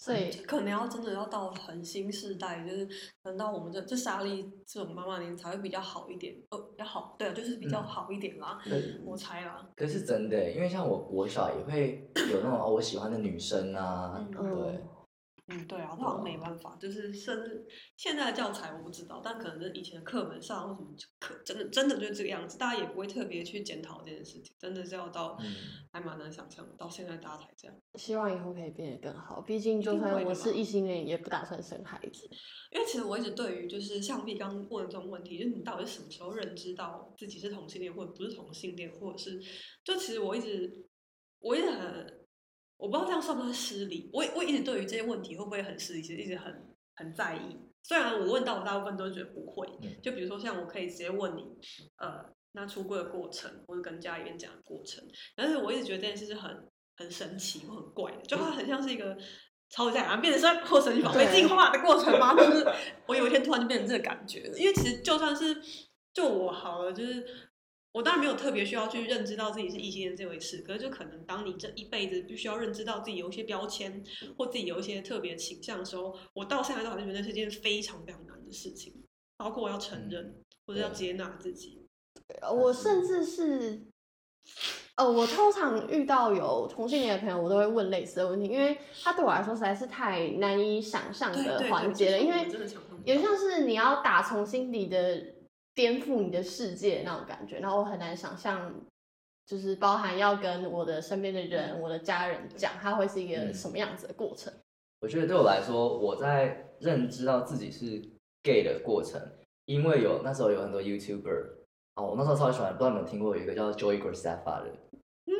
A: 所以
B: 就可能要真的要到很新世代，就是可能到我们这就莎莉这种妈妈年龄才会比较好一点，呃，要好，对啊，就是比较
C: 嗯
B: 好一点啦，我猜啦，
C: 可是真的，欸因为像我国小也会有那种哦，我喜欢的女生啊，
B: 嗯
C: 对，
B: 嗯，对啊，那好像
C: 哦
B: 没办法，就是甚至现在的教材我不知道，但可能是以前的课本上或什么课，真的真的就是这个样子，大家也不会特别去检讨这件事情，真的是要到
C: 嗯，
B: 还蛮难想象的，到现在大家才这样。
A: 希望以后可以变得更好。毕竟
B: 一
A: 就
B: 定会
A: 算
B: 的
A: 我是
B: 嘛
A: 异性恋，也不打算生孩子。
B: 因为其实我一直对于就是像毕刚问的这种问题，就是你到底是什么时候认知到自己是同性恋，或者不是同性恋，或者是就其实我一直我一直很我不知道这样算不算失礼，我我一直对于这些问题会不会很失礼，其实一直很很在意。虽然我问到我大部分都觉得不会
C: 嗯，
B: 就比如说像我可以直接问你，呃，那出柜的过程，或者跟家里面讲的过程，但是我一直觉得这件事是很很神奇或很怪的，就它很像是一个超级然后变成像或神奇宝贝
A: 对
B: 进化的过程吗？就是我有一天突然就变成这个感觉了，因为其实就算是就我好了，就是我当然没有特别需要去认知到自己是异性恋这回事，可是就可能当你这一辈子必须要认知到自己有一些标签或自己有一些特别倾向的时候，我到现在都还是觉得那是件非常非常难的事情，包括我要承认、或者要
C: 嗯对
B: 接纳自己。啊
A: 我甚至是，呃，我通常遇到有同性恋的朋友，我都会问类似的问题，因为他对我来说实在是太难以想象
B: 对对
A: 的
B: 对，
A: 环节了，
B: 就是
A: 因
B: 我
A: 为
B: 真的想不到
A: 有点像是你要打从心底的颠覆你的世界那种感觉，然后我很难想象，就是包含要跟我的身边的人、我的家人讲，它会是一个
C: 嗯
A: 什么样子的过程。
C: 我觉得对我来说，我在认知到自己是 gay 的过程，因为有那时候有很多 YouTuber 哦，我那时候超喜欢，不知道你们有听过有一个叫 Joey Graceffa 的，
B: 嗯，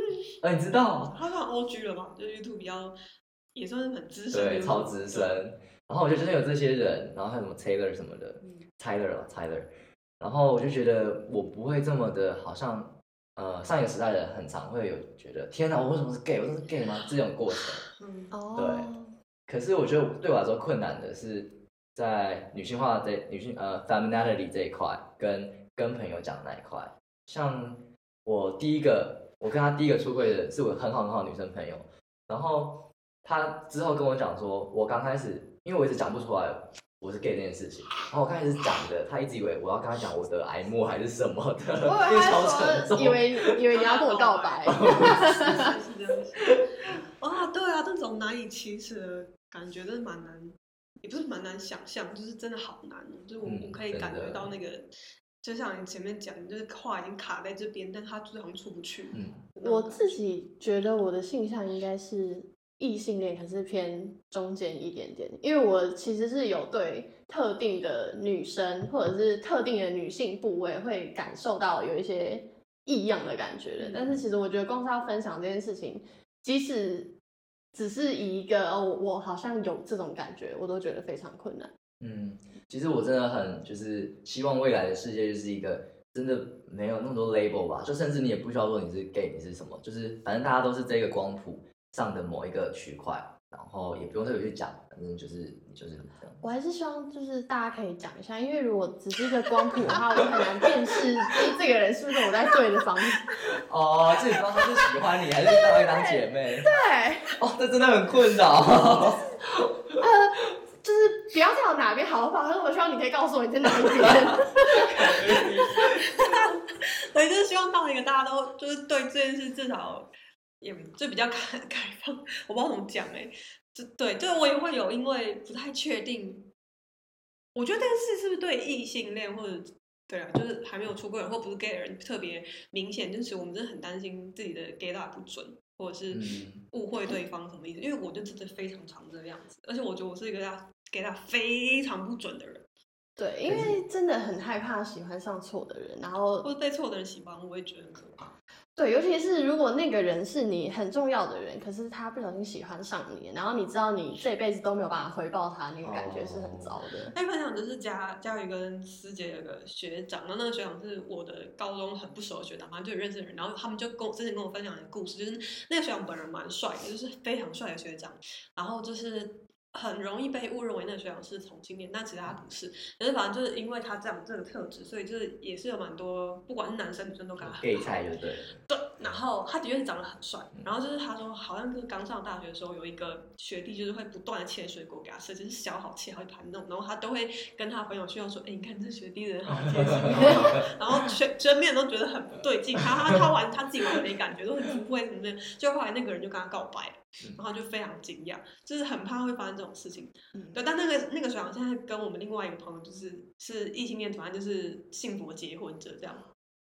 C: 哎、你知道？
B: 他算 O G 了吧？就是 YouTube 比较也算是很资深的
C: 对，
B: YouTuber，
C: 超资深。然后我就觉得有这些人，然后还有什么 Taylor 什么的
B: 嗯
C: ，Taylor 啊 Taylor，然后我就觉得我不会这么的，好像呃上一个时代的人很常会有觉得，天哪，我为什么是 gay？我真的是 gay 吗？这种过程。
B: 嗯，
A: 哦，
C: 可是我觉得对我来说困难的是在女性化这女性呃 femininity 这一块，跟跟朋友讲那一块。像我第一个，我跟她第一个出柜的是我很好很好的女生朋友，然后她之后跟我讲说，我刚开始因为我一直讲不出来我是 gay 这件事情，然后我刚开始讲的，她一直以为我要跟她讲我得癌末还是什么的，
A: 我以
C: 因
A: 为
C: 为
A: 他
C: 超沉
A: 说，
C: 重
A: 以为以为你要跟我告 白，
B: 是是是是是。哇，对啊，这种难以启齿的感觉真的蛮难，也不是蛮难想象，就是真的好难哦。就是我、
C: 嗯
B: 我可以
C: 真
B: 感觉
C: 的
B: 到那个，就像你前面讲，就是话已经卡在这边，但他就是好像出不去。
C: 嗯，
A: 我自己觉得我的性向应该是异性恋，可是偏中间一点点，因为我其实是有对特定的女生或者是特定的女性部位会感受到有一些异样的感觉的。但是其实我觉得光是要分享这件事情，即使只是以一个哦，我好像有这种感觉，我都觉得非常困难。
C: 嗯，其实我真的很就是希望未来的世界就是一个真的没有那么多 label 吧，就甚至你也不需要说你是 gay 你是什么，就是反正大家都是这个光谱上的某一个区块，然后也不用特别去讲，反正就是你就是这样。
A: 我还是希望就是大家可以讲一下，因为如果只是一个光谱的话，我很难辨识就是这个人是不是我在对的方面。
C: 哦，自己不知道他是喜欢你还是当一当姐妹，
A: 对。
C: 哦，这真的很困扰。
A: 就是不要再有哪边好不好？但是我希望你可以告诉我你在哪一边。
B: 对，就是希望到一个大家都就是对这件事至少也就比较开 开放，我不知道怎么讲哎、欸，就对，就我也会有因为不太确定，我觉得这件事是不是对异性恋或者对啊，就是还没有出柜人或不是 gay 的人特别明显，就是我们真的很担心自己的 gay 大不准，或者是
C: 嗯
B: 误会对方什么意思，因为我就真的非常常这样子，而且我觉得我是一个大 gay 大非常不准的人，
A: 对，因为真的很害怕喜欢上错的人，然后
B: 或者被错的人喜欢，我也觉得很可怕。
A: 对，尤其是如果那个人是你很重要的人，可是他不小心喜欢上你，然后你知道你这辈子都没有办法回报他，那个感觉是很糟的。
B: 那分享就是佳佳宇跟师姐有个学长，然后那个学长是我的高中很不熟的学长，反正就认识的人，然后他们就跟我之前跟我分享一个故事，就是那个学长本人蛮帅的，就是非常帅的学长，然后就是很容易被误认为那个学长是同性恋，但其实他不是，可是反正就是因为他这样这个特质，所以就是也是有蛮多不管是男生女生都跟他很
C: ，gay
B: 好
C: 菜就对了。
B: 对，然后他的确是长得很帅，然后就是他说，好像就是刚上大学的时候，有一个学弟就是会不断的切水果给他吃，就是削好切好一盘那种，然后他都会跟他朋友炫耀说，哎，你看这学弟人好贴心哦，然后全全面都觉得很不对劲，他他他玩他自己玩没感觉，都很不会怎么样，就后来那个人就跟他告白了
C: 嗯，
B: 然后就非常惊讶，就是很怕会发生这种事情，
A: 嗯，
B: 对，但那个那个学长现在跟我们另外一个朋友就是是异性恋，反正就是性佛结婚者这样，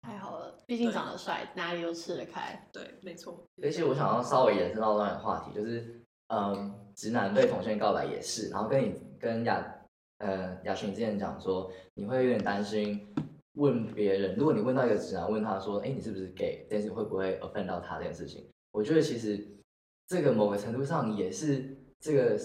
A: 太好了，毕竟长得帅，哪里都吃得开。
B: 对，没错，
C: 而且我想要稍微延伸到另外一个话题，就是，嗯，直男对同性告白也是，然后跟你跟雅，呃，雅群之前讲说，你会有点担心问别人，如果你问到一个直男，问他说，哎，你是不是 gay，但是会不会 offend 到他这件事情，我觉得其实这个某个程度上也是这个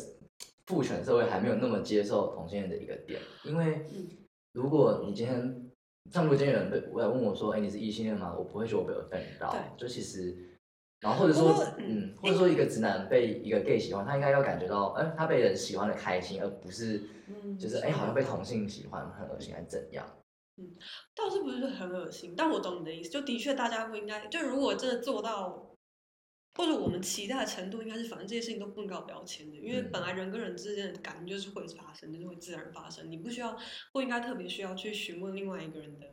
C: 父权社会还没有那么接受同性恋的一个点，因为
B: 嗯
C: 如果你今天像如果今天有人被我来问我说，哎、你是异性恋吗？我不会觉得我被 offend 到
B: 对，
C: 就其实，然后或者
B: 不过
C: 说，
B: 嗯
C: 嗯，或者说一个直男被一个 gay 喜欢，他应该要感觉到，哎、他被人喜欢的开心，而不是哎
B: 嗯
C: 就是哎、好像被同性喜欢很恶心还是怎样？
B: 倒是不是很恶心，但我懂你的意思。就的确，大家不应该，就如果真的做到，或者我们期待的程度，应该是反正这些事情都不能搞标签的，因为
C: 嗯
B: 本来人跟人之间的感情就是会发生，就是会自然发生，你不需要不应该特别需要去询问另外一个人的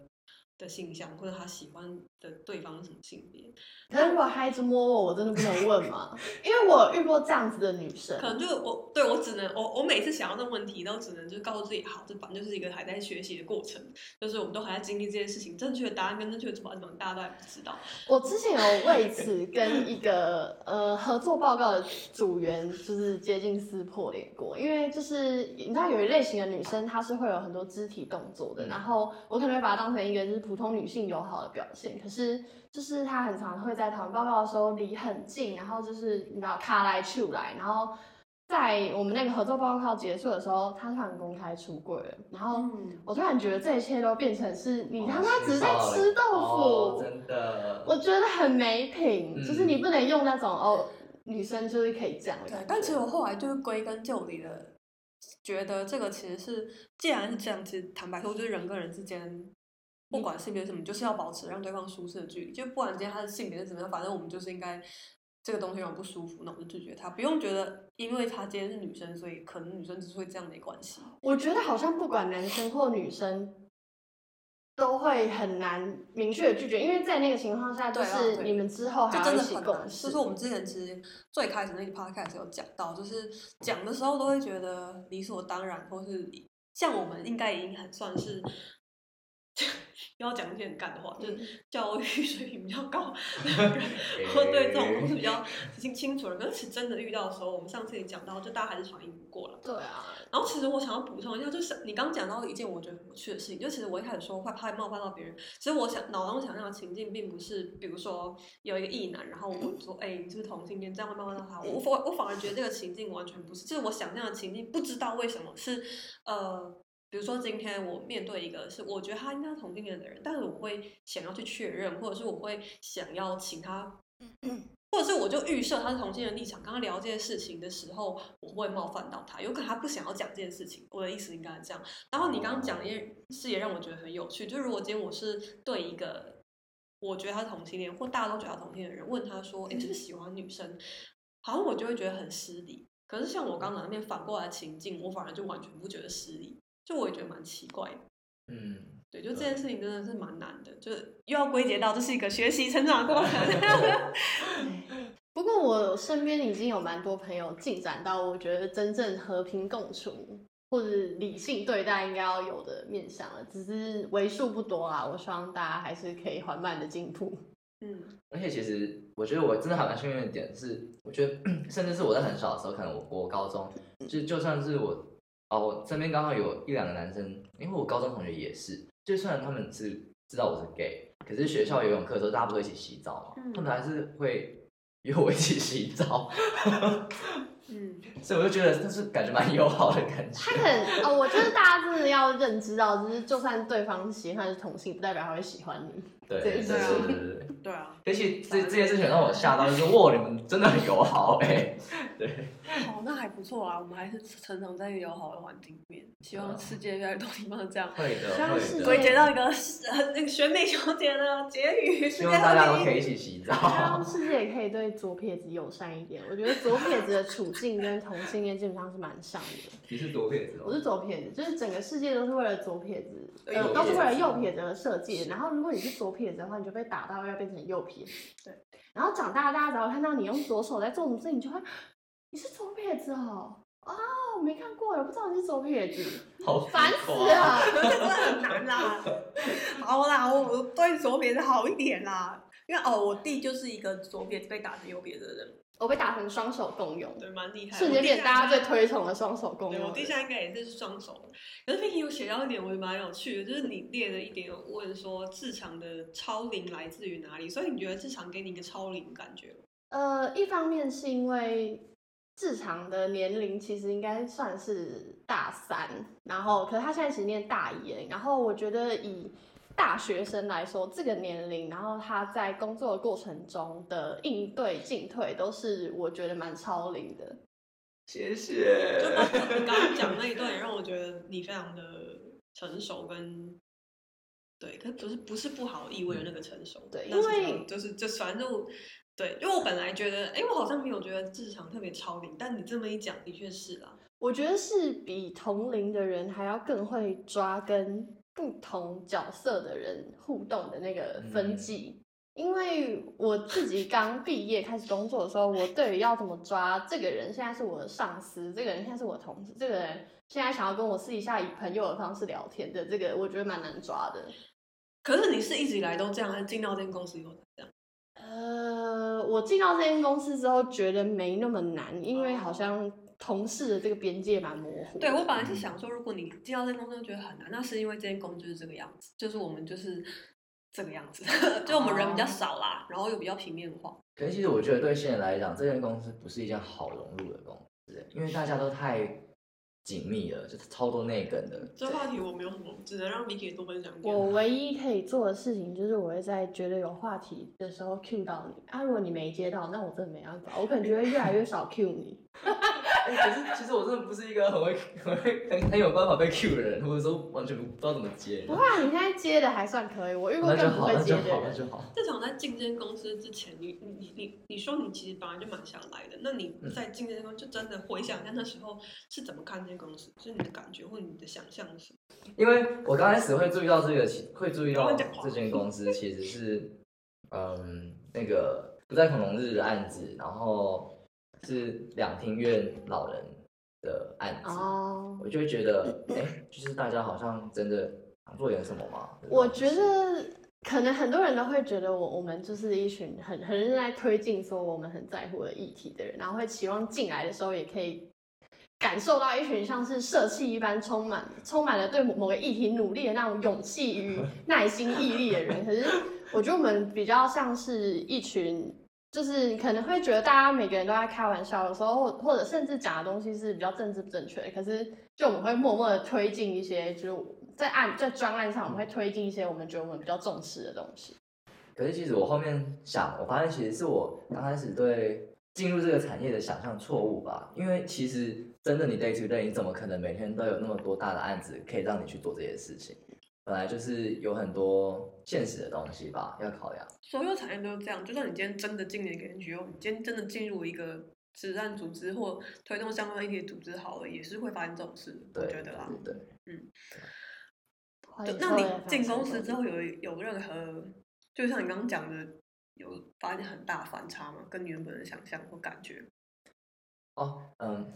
B: 的性向或者他喜欢的对方是什么性别，
A: 可是如果她一直摸我，我真的不能问 吗？因为我遇过这样子的女生，
B: 可能就我对我只能我我每次想到这个问题，都只能就告诉自己，好，这反正就是一个还在学习的过程，就是我们都还在经历这件事情，正确的答案跟正确的做法是什么，大家都还不知道。
A: 我之前有为此跟一个呃合作报告的组员就是接近撕破脸过，因为就是你知道有一类型的女生，她是会有很多肢体动作的，
C: 嗯
A: 然后我可能会把它当成一个就是普通女性友好的表现，可是就是她很常会在讨论报告的时候离很近，然后就是你知道卡来去来，然后。在我们那个合作报告结束的时候，她突然公开出柜了，然后
B: 嗯
A: 我突然觉得这一切都变成是你他妈
C: 哦
A: 只是在吃豆腐，
C: 哦真的。
A: 我觉得很没品，
C: 嗯
A: 就是你不能用那种哦，女生就是可以这样的
B: 对
A: 感觉。，
B: 但其实我后来就是归根究底的，觉得这个其实是，既然是这样，其实坦白说，就是人跟人之间，不管性别是什么，就是要保持让对方舒适的距离，就不管今天他的性别是怎么样，反正我们就是应该这个东西让我不舒服，那我就拒绝他，不用觉得因为他今天是女生，所以可能女生只是会这样没关系。
A: 我觉得好像不管男生或女生，都会很难明确的拒绝，因为在那个情况下，就
B: 对啊
A: 是
B: 对
A: 你们之后
B: 就
A: 还要一
B: 真的
A: 起
B: 很
A: 共
B: 难。
A: 事。
B: 就是我们之前其实最开始那期 podcast 有讲到，就是讲的时候都会觉得理所当然，或是像我们应该已经很算是。 要讲一些很干的话，就是教育水平比较高的人， 会对这种东西比较清清楚了。可是其实真的遇到的时候，我们上次也讲到，就大家还是反应不过来。
A: 对啊，
B: 然后其实我想要补充一下，就是你刚讲到的一件我觉得很有趣的事情，就其实我一开始说会怕冒犯到别人，其实我想脑中想象的情境并不是，比如说有一个异男，然后我说，哎、你是不是同性恋？这样会冒犯到他。我我反我反而觉得这个情境完全不是，就是我想象的情境，不知道为什么是，呃，比如说今天我面对一个是我觉得他应该是同性恋的人，但是我会想要去确认，或者是我会想要请他。或者是我就预设他是同性恋的立场，跟他聊这件事情的时候，我会冒犯到他，有可能他不想要讲这件事情。我的意思应该是这样。然后你刚刚讲的一件事也让我觉得很有趣，就如果今天我是对一个我觉得他是同性恋，或大家都觉得他同性恋的人，问他说：“你是不是喜欢女生？”好像我就会觉得很失礼。可是像我刚刚那边反过来的情境，我反而就完全不觉得失礼，就我也觉得蛮奇怪的。
C: 嗯，
B: 对，就这
C: 对
B: 件事情真的是蛮难的，就是又要归结到这是一个学习成长的过程。
A: 不过我身边已经有蛮多朋友进展到我觉得真正和平共处或者理性对待应该要有的面向了，只是为数不多啊。我希望大家还是可以缓慢的进步。
B: 嗯
C: 而且其实我觉得我真的还蛮幸运的点是，我觉得 甚至是我在很小的时候，可能我国高中就就算是我哦，我身边刚好有一两个男生，因为我高中同学也是，就算他们是知道我是 gay，可是学校游泳课的时候大家不都一起洗澡嘛，
B: 嗯
C: 他们还是会 约我一起洗澡，
B: 嗯，
C: 所以我就觉得就是感觉蛮友好的感觉。
A: 他 可能哦，我觉得大家真的要认知到，就是就算对方喜欢是同性，不代表他会喜欢你。
C: 对
A: 对
C: 对
A: 对
B: 啊
C: 对对对。
B: 对啊，
C: 而且这这件事情让我吓到，就是哇，你们真的很友好哎、对，
B: 好，那还不错啊，我们还是成长在一个友好的环境里面，希望世界越来越多地方是这样。
C: 会的
A: 像
C: 会
A: 是
C: 的。
B: 归结到一个 呃那个选美小姐的结语，世
C: 希
B: 界
C: 望大家
B: 和
C: 都可
B: 平。
C: 以一起洗
A: 他
C: 澡。
A: 啊世界也可以对左撇子友善一点。我觉得左撇子的处境跟同性恋基本上是蛮像的。
C: 你是左撇子
A: 我是左撇子，就是整个世界都是为了左撇子，
B: 右
A: 呃，
B: 撇子
A: 都是为了右撇子而设计的。然后如果你是左撇子的话，你就被打到要变成右撇子。
B: 对。
A: 然后长大，大家只要看到你用左手在做什么事情，你就会你是左撇子哦。啊、我没看过，我不知道你是左撇子，
C: 好啊
A: 烦死！了。
B: 这真的很难啦。好啦，我我对左撇子好一点啦，因为哦，我弟就是一个左撇子被打成右撇子的人，
A: 我被打成双手共用，
B: 对，蛮厉害的。
A: 瞬间变大家最推崇
B: 的。
A: 的双手共
B: 对，
A: 用
B: 我
A: 了。
B: 弟现在应该也是双手。可是 Vicky 有写到一点，我觉得蛮有趣的，就是你列了一点有问说自强的超龄来自于哪里，所以你觉得自强给你一个超龄 感觉吗？
A: 呃，一方面是因为志长的年龄其实应该算是大三，然后可是他现在其实念大一而已，然后我觉得以大学生来说，这个年龄，然后他在工作的过程中的应对进退，都是我觉得蛮超龄的。
C: 谢
B: 就
C: 谢。
B: 包括你刚刚讲那一段，也让我觉得你非常的成熟跟对，可不是不是不好意味着那个成熟，
A: 对
B: 但是
A: 因为
B: 就就是就反正我对，因为我本来觉得，哎，我好像没有觉得日常特别超龄，但你这么一讲，的确是啦，
A: 我觉得是比同龄的人还要更会抓跟不同角色的人互动的那个
B: 嗯
A: 分际。因为我自己刚毕业开始工作的时候，我对于要怎么抓这个人现在是我的上司，这个人现在是我的同事，这个人现在想要跟我私底下以朋友的方式聊天的，这个我觉得蛮难抓的。
B: 可是你是一直以来都这样，还是进到这间公司以后才这样？
A: 呃，我进到这间公司之后，觉得没那么难，因为好像同事的这个边界蛮模糊的。
B: 哦对我本来是想说，如果你进到这间公司就觉得很难，那是因为这间公司就是这个样子，就是我们就是这个样子， 就我们人比较少啦，然后又比较平面化。
C: 可是其实我觉得对新人来讲，这间公司不是一件好融入的公司，因为大家都太紧密了，就是超多内梗的。
B: 这话题我没有什么，只能让 Vicky 多分享一
A: 我唯一可以做的事情就是，我会在觉得有话题的时候 cue 到你啊。如果你没接到，那我真的没办法，我可能就会越来越少 cue 你。
C: 哎、可是其实我真的不是一个很会、很会、 很很有办法被 Q 的人，或者说完全不知道怎么接
A: 不。会啊，你现在接的还算可以，我遇过
C: 那就
A: 更不
C: 好，
A: 会
C: 那
A: 接
C: 就
A: 的
C: 好，那
A: 人。
C: 就好。
B: 正常在进这间公司之前，你你你你你说你其实本来就蛮想来的，那你
C: 嗯
B: 在进这间公司就真的回想一下那时候是怎么看这间公司，就是你的感觉或你的想象是什么？
C: 因为我刚开始会注意到这个，其会注意
B: 赶
C: 到
B: 快讲话
C: 这间公司其实是，嗯，那个不在恐龙日的案子，然后是两厅院老人的案子。
A: 哦，
C: 我就会觉得，哎、就是大家好像真的想做点什么嘛。
A: 我觉得可能很多人都会觉得我我们就是一群很很认真在推进说我们很在乎的议题的人，然后会期望进来的时候也可以感受到一群像是社气一般充满充满了对某某个议题努力的那种勇气与耐心毅力的人。可是我觉得我们比较像是一群。就是可能会觉得大家每个人都在开玩笑，有时候或或者甚至讲的东西是比较政治不正确的，可是就我们会默默的推进一些，就是在案在专案上，我们会推进一些我们觉得我们比较重视的东西。
C: 可是其实我后面想，我发现其实是我刚开始对进入这个产业的想象错误吧。因为其实真的你 day to day，你怎么可能每天都有那么多大的案子可以让你去做这些事情？本来就是有很多现实的东西吧，要考量。
B: 所有产业都是这样，就算你今天真的进了一个 NGO，你今天真的进入一个慈善组织或推动相关议题的组织好了，也是会发生这种事，我
C: 对，
B: 觉得啦。
C: 对对。
A: 哦
B: 对，那你进公司之后有有任何，就像你刚刚讲的，有发现很大反差吗？跟你原本的想象或感觉？
C: 哦，嗯，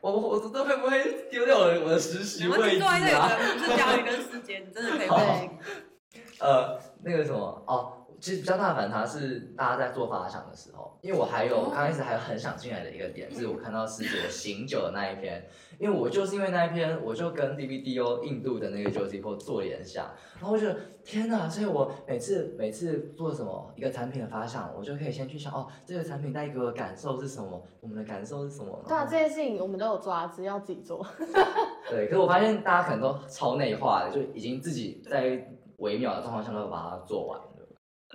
C: 我我我这会不会丢掉我的实习
B: 你们
C: 位置
B: 坐在这里
C: 啊？
B: 的不是嘉宇跟思杰，你真的可以放心
A: 对。
C: 呃，那个什么哦，其实比较大的反差是大家在做发想的时候，因为我还
A: 哦
C: 有我刚开始还有很想进来的一个点，是我看到师姐醒酒的那一篇，因为我就是因为那一篇，我就跟 DVDO 印度的那个 j o s e p 做联想，然后我就觉得天哪！所以我每次每次做什么一个产品的发想，我就可以先去想哦，这个产品带给我的感受是什么，我们的感受是什么。
A: 对啊，
C: 然后
A: 这些事情我们都有抓，只要自己做。
C: 对，可是我发现大家可能都超内化的，就已经自己在微妙的状况下都把它做完了。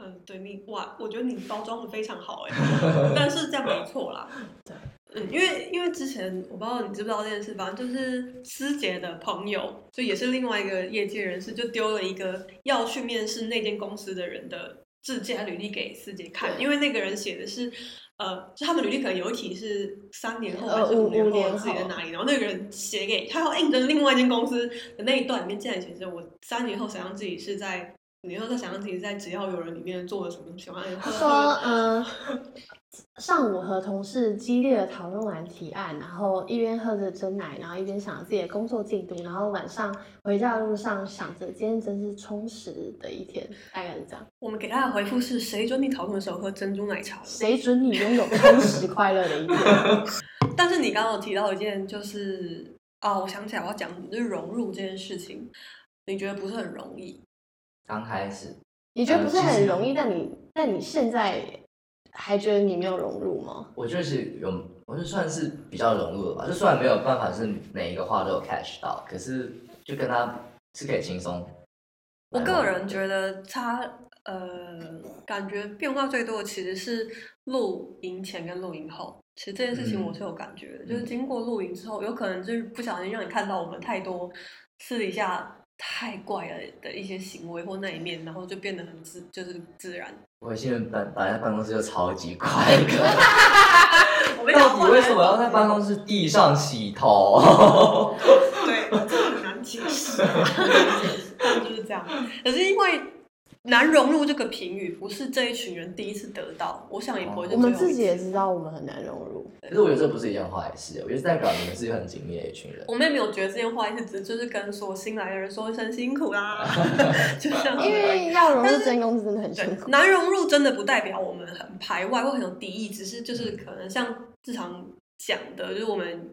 B: 嗯，对你哇，我觉得你包装的非 常好哎，但是这样没错啦。
A: 对，
B: 嗯，因为因为之前我不知道你知不知道这件事，反正就是师姐的朋友，就也是另外一个业界人士，就丢了一个要去面试那间公司的人的自荐履历给师姐看，
A: 对
B: 因为那个人写的是。呃，就他们履历可能有一题是三年后
A: 呃
B: 还是
A: 五
B: 五年
A: 五年
B: 后啊自己在
A: 后
B: 哪里，然后那个人写给他要应征另外一间公司的那一段里面，竟然显示我三年后想象自己是在，你又在想象自己在只要有人里面做了什么什么样的
A: 说，嗯、上午和同事激烈的讨论完提案，然后一边喝着真奶，然后一边想着自己的工作进度，然后晚上回家的路上想着今天真是充实的一天，大概是这样。
B: 我们给他的回复是：谁准你讨论的时候喝珍珠奶茶了？
A: 谁准你拥有充实快乐的一天？
B: 但是你刚刚有提到一件，就是啊，我想起来我要讲就是融入这件事情，你觉得不是很容易？
C: 刚开始
A: 你觉得不是
C: 呃其
A: 很
C: 实
A: 容易，但你但你现在还觉得你没有融入吗？
C: 我觉得是有，我就算是比较融入了吧。就虽然没有办法是每一个话都有 catch 到，可是就跟他是可以轻松。
B: 我个人觉得差，呃，感觉变化最多的其实是露营前跟露营后。其实这件事情
C: 嗯
B: 我是有感觉的，就是经过露营之后，有可能就是不小心让你看到我们太多私底下太怪了的一些行为或那一面，然后就变得很自就是自然。
C: 微信人本本来办公室就超级快的，
B: 我们
C: 到底为什么要在办公室地上洗头？
B: 对，这很难解 释，很难解释，但就是这样。可是因为难融入这个评语，不是这一群人第一次得到，我想也不会
C: 哦
B: 就
A: 我
B: 最后
A: 们
B: 一次。
A: 自己也知道我们很难融入，
C: 可是我觉得这不是一件坏事，我觉得代表你们是一个很紧密的一群人。
B: 我们也没有觉得这件坏事，只是就是跟所有新来的人说一声辛苦 啦，就这样。
A: 因为要融入真公司真的很辛苦
B: 对，。难融入真的不代表我们很排外或很有敌意，只是就是可能像日常讲的，就是我们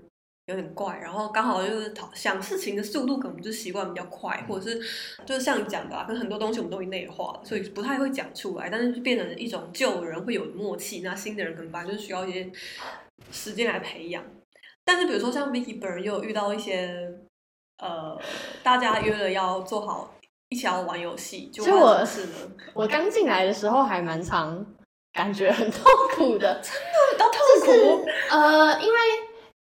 B: 有点怪，然后刚好就是讨想事情的速度可能就是习惯比较快，或者是就是像你讲的、啊，跟很多东西我们都已内化了，所以不太会讲出来，但是就变成一种旧人会有默契，那新的人可能本来就是需要一些时间来培养。但是比如说像 Vicky 本人也有遇到一些呃，大家约了要做好。一起要玩游戏，就
A: 所以我
B: 是呢，
A: 我刚进来的时候还蛮常感觉很痛苦的，
B: 到痛
A: 就是呃，因为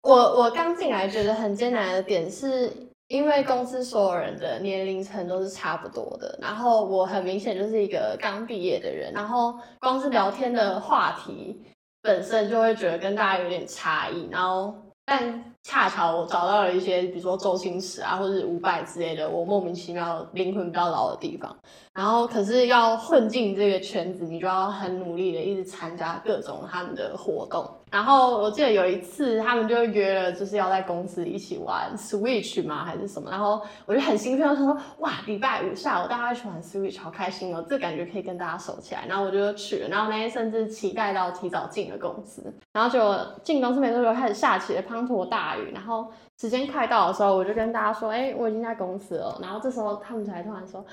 A: 我我刚进来觉得很艰难的点是。因为公司所有人的年龄层都是差不多的，然后我很明显就是一个刚毕业的人，然后光是聊天的话题本身就会觉得跟大家有点差异，然后但恰巧我找到了一些，比如说周星驰啊，或者是伍佰之类的，我莫名其妙灵魂比较老的地方，然后可是要混进这个圈子，你就要很努力的一直参加各种他们的活动。然后我记得有一次他们就约了，就是要在公司一起玩 Switch 嘛还是什么，然后我就很兴奋，我想说哇，礼拜五下午大家一起玩 Switch，好开心哦，这感觉可以跟大家熟起来。然后我就去了，然后那天甚至期待到提早进了公司，然后就进公司没多久开始下起了滂沱大雨，然后时间快到的时候，我就跟大家说，哎、我已经在公司了。然后这时候他们才突然说。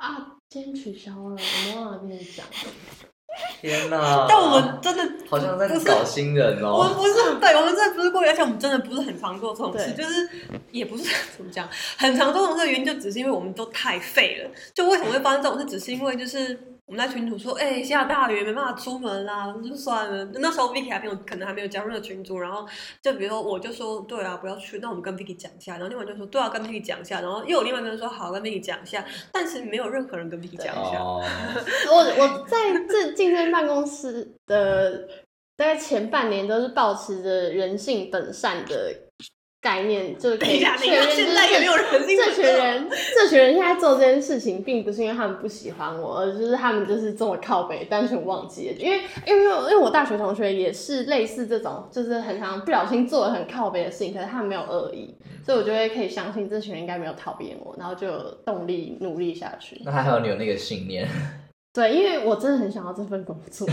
A: 啊，今天取消了，我们忘了跟你讲。
C: 天哪！
B: 但我们真的
C: 好像在
B: 不是
C: 找新人
B: 我们
C: 哦。
B: 不是，对，我们真的不是故意，而且我们真的不是很常做这种事，
A: 对
B: 就是也不是 怎么讲，很常做这种事的原因，就只是因为我们都太废了。就为什么会发生这种事，只是因为就是我们在群主说，哎、下大雨没办法出门啦，就算了。那时候 Vicky 还没有，可能还没有加入那个群组，然后就比如说我就说，对啊，不要去，那我们跟 Vicky 讲一下，然后另外一个人就说，对啊，跟 Vicky 讲一下，然后又有另外一个人说，好，跟 Vicky 讲一下，但是没有任何人跟 Vicky 讲一下。
C: 哦，
A: 我我在这进这办公室的大概前半年都是保持着人性本善的概念，就是可
B: 等一
A: 以
B: 下，
A: 确
B: 你看
A: 认
B: 现
A: 就是
B: 在有没有
A: 这
B: 人性
A: 这群
B: 本恶
A: 人，这群人现在做这件事情，并不是因为他们不喜欢我，而是他们就是这么靠北，单纯忘记了。因为，因为，因为我大学同学也是类似这种，就是很常不小心做了很靠北的事情，可是他们没有恶意，所以我就会可以相信这群人应该没有讨厌我，然后就有动力努力下去。
C: 那还好你有那个信念。
A: 对，因为我真的很想要这份工作。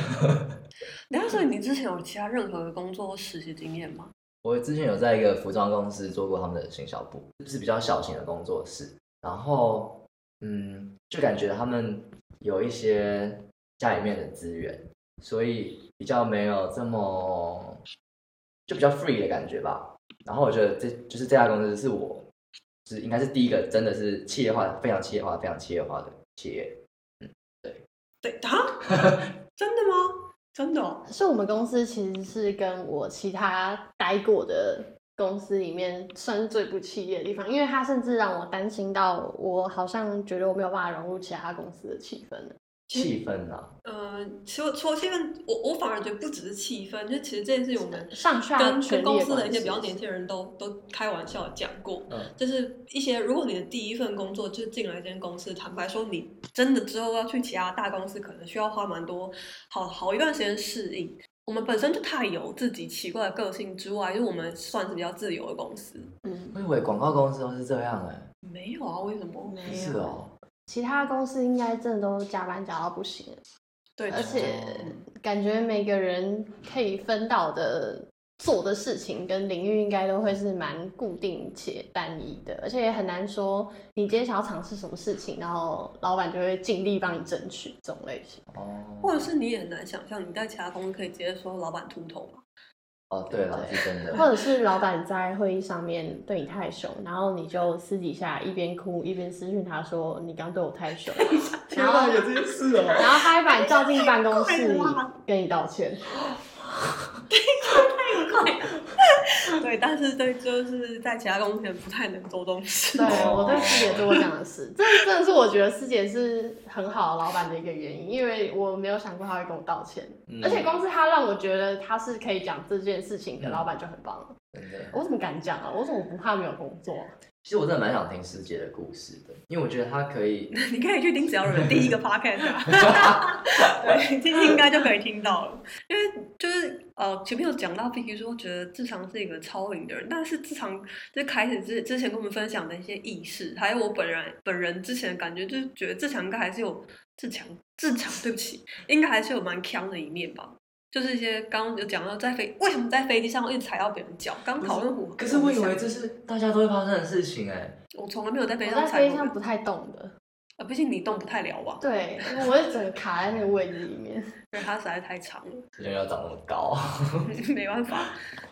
B: 然后，所以你之前有其他任何的工作或实习经验吗？
C: 我之前有在一个服装公司做过他们的行销部，就是比较小型的工作室。然后，嗯，就感觉他们有一些家里面的资源，所以比较没有这么就比较 free 的感觉吧。然后我觉得这就是这家公司是我，就是应该是第一个真的是企业化非常企业化非常企业化的企业。
B: 对啊， 真的吗？真的哦、
A: 所以我们公司其实是跟我其他待过的公司里面算是最不企业的地方，因为它甚至让我担心到我好像觉得我没有办法融入其他公司的气氛了。
C: 气氛啊，
B: 呃，其实除了气氛，我我反而觉得不只是气氛，就其实这件事情我们
A: 上下
B: 跟
A: 权力
B: 跟
A: 的
B: 公司的
A: 关
B: 一
A: 系
B: 些比较年轻人都都开玩笑讲过，
C: 嗯
B: 就是一些如果你的第一份工作就是进来一间公司，坦白说，你真的之后要去其他大公司，可能需要花蛮多好好一段时间适应。我们本身就太有自己奇怪的个性之外，因为我们算是比较自由的公司。
A: 嗯，
C: 我以为广告公司都是这样哎、
B: 没有啊，为什么？
A: 没
C: 不
A: 有
C: 是哦。
A: 其他公司应该真的都加班加到不行了，
B: 对，
A: 而且感觉每个人可以分到的做的事情跟领域应该都会是蛮固定且单一的，而且也很难说你今天想要尝试什么事情，然后老板就会尽力帮你争取这种类型。
B: 或
C: 哦
B: 者是你也很难想象，你在其他公司可以直接说老板秃头嘛？
C: 哦，对了，是真的。
A: 或者是老板在会议上面对你太凶，然后你就私底下一边哭一边私讯他说你刚对我太凶，然后
C: 件事哦！
A: 然后他还把你叫进办公
B: 太
A: 室
B: 快了吧
A: 跟你道歉。
B: 对，但是对，就是在其他公司不太能做这种事
A: 对，。 我对师姐做过这样的事，这真的是我觉得师姐是很好的老板的一个原因，因为我没有想过她会跟我道歉，
C: 嗯
A: 而且光是她让我觉得她是可以讲这件事情的
C: 嗯
A: 老板就很棒了。
C: 真的。
A: 我怎么敢讲啊？我怎么不怕没有工作啊、
C: 其实我真的蛮想听师姐的故事的，因为我觉得她可以，
B: 你可以去听只要有人第 一个 podcast，、啊、对，听应该就可以听到了。因为就是呃，前面有讲到 Vicky 说，觉得志长是一个超龄的人，但是志长就是开始之之前跟我们分享的一些意识，还有我本人本人之前的感觉，就是觉得志强应该还是有志强 志强，对不起，应该还是有蛮强的一面吧。就是一些刚刚有讲到在飞，为什么在飞机上一直踩到别人脚？刚讨论过，
C: 可是我以为这是大家都会发生的事情哎、
B: 我从来没有在飞
A: 我
B: 机
A: 在
B: 上踩
A: 飞
B: 过
A: 机上
B: 人，
A: 不太动的，
B: 呃，毕竟你动不太了吧？
A: 对，因为我是整个卡在那个位置里面。
B: 因为它实在太长了。
C: 这就要长那么高，
B: 没办法。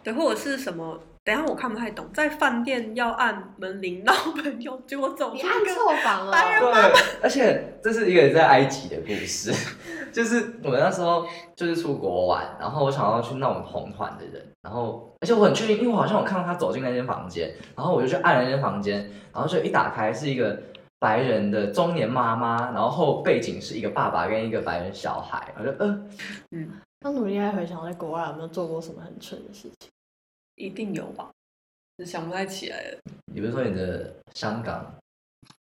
B: 对，或者是什么？等一下我看不太懂，在饭店要按门铃闹朋友，结果走
A: 你
B: 出
A: 按
B: 一个。
A: 错房啊
B: 白人
A: 了，
C: 对， 而且这是一个在埃及的故事， 就是我们那时候就是出国玩，然后我想要去那种红团的人，然后而且我很确定，因为我好像我看到他走进那间房间，然后我就去按了那间房间，然后就一打开是一个白人的中年妈妈，然后背景是一个爸爸跟一个白人小孩，我就嗯，
B: 嗯，
A: 要努力在回想我在国外有没有做过什么很蠢的事情。
B: 一定有吧？只想不太起来了。
C: 你不是说你的香港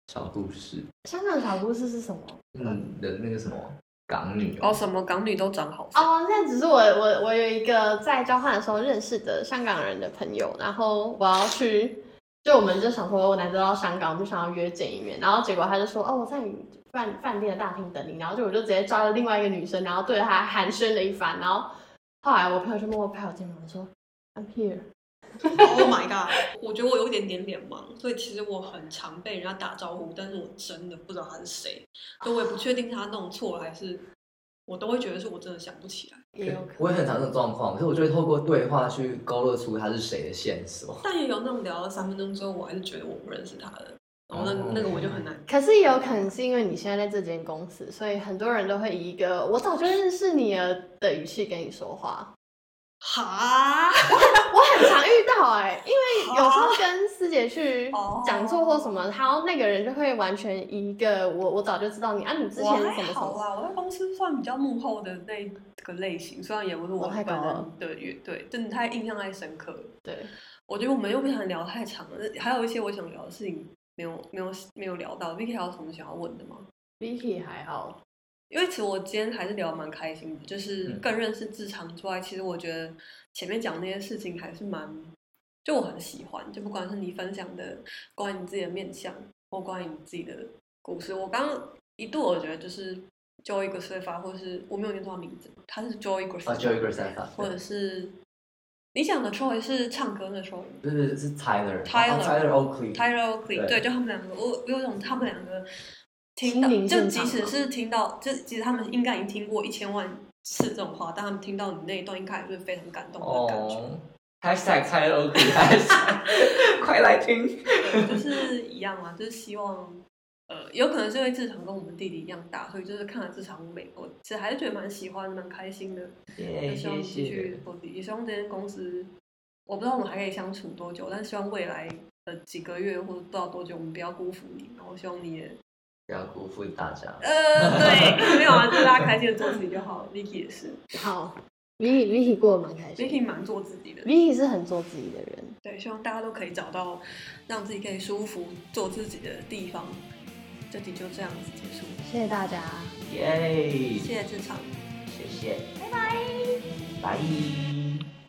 C: 小故事，
A: 香港小故事是什么？
C: 嗯，你的那个什么港女啊
B: 哦，什么港女都长好帅。
A: 哦，那只是我我我有一个在交换的时候认识的香港人的朋友，然后我要去，就我们就想说，我难得到香港，我们就想要约见一面，然后结果他就说，哦，我在你饭饭店的大厅等你，然后就我就直接抓了另外一个女生，然后对她寒暄了一番，然后后来我朋友就默默拍我肩膀说，I'm here，
B: Oh my god！我 觉得我有一点点脸盲，所以其实我很常被人家打招呼，但是我真的不知道他是谁，所以我也不确定他弄错了还是，我都会觉得是我真的想不起来。
A: 也有可能。
C: 我也很常这种状况，可是我就会透过对话去勾勒出他是谁的线索。
B: 但也有那种聊了三分钟之后，我还是觉得我不认识他的，然后那
C: 哦
B: 那个我就很难
A: 可是也有可能是因为你现在在这间公司，所以很多人都会以一个我早就认识你了的语气跟你说话。
B: 哈。
A: 我很常遇到哎、因为有时候跟师姐去
B: 哦
A: 讲座或什么，然后那个人就会完全以一个我我早就知道你啊，你之
B: 我
A: 前
B: 还
A: 什么什
B: 好啊
A: 么，
B: 啦，我在公司算比较幕后的那个类型，虽然也不是我
A: 哦我太
B: 本
A: 高
B: 人
A: 了
B: 的乐队，真的太印象太深刻了。
A: 对，
B: 我觉得我们又不想聊太长了，还有一些我想聊的事情没有没有没有聊到。Vicky 还有什么想要问的吗？
A: Vicky 还好，
B: 因为其实我今天还是聊得蛮开心的，就是
C: 嗯
B: 更认识志长之外，其实我觉得前面讲那些事情还是蛮，就我很喜欢，就不管是你分享的关于你自己的面相，或关于你自己的故事，我刚刚一度我觉得就是 Joey g r a s e f a 或是我没有念错他名字，他是 Joey g r a s
C: 啊
B: e f
C: ，Joey
B: a
C: g r a s e f a
B: 或者是你讲的 Troy 是唱歌的 Troy 吗
C: 不是是 Tyler，Tyler
B: Tyler
C: Oakley，
B: Tyler Oakley，
C: 对
B: 对，就他们两个，我我有种他们两个听
A: 心
B: 到，
A: 灵
B: 就
A: 震
B: 即
A: 荡
B: 使
A: 吗
B: 是听到，就即使他们应该已经听过一千万次这种话，但他们听到你那一段，应该还是非常感动的感觉。
C: 哦，Hashtag Tyler Oakley，快来听。
B: 对，就是一样嘛，就是希望，呃，有可能是因为志长跟我们弟弟一样大，所以就是看了志长美国，其实还是觉得蛮喜欢、蛮开心的。
C: 耶
B: 也希望
C: 哎谢
B: 继续
C: 谢。
B: 做自己，也希望这间公司，我不知道我们还可以相处多久，但希望未来的几个月或者不知道多久，我们不要辜负你，然后希望你也。
C: 不要辜负大家。
B: 呃，对，没有啊，就是大家开心的做自己就好了。Vicky 也是
A: 好，Vicky Vicky 过得蛮开心
B: ，Vicky 蛮做自己的，
A: ，Vicky 是很做自己的人，
B: 对，希望大家都可以找到让自己可以舒服做自己的地方。这题就这样子结束，
A: 谢谢大家，
C: 耶，
B: 谢谢志场。
C: 谢谢，拜拜，拜。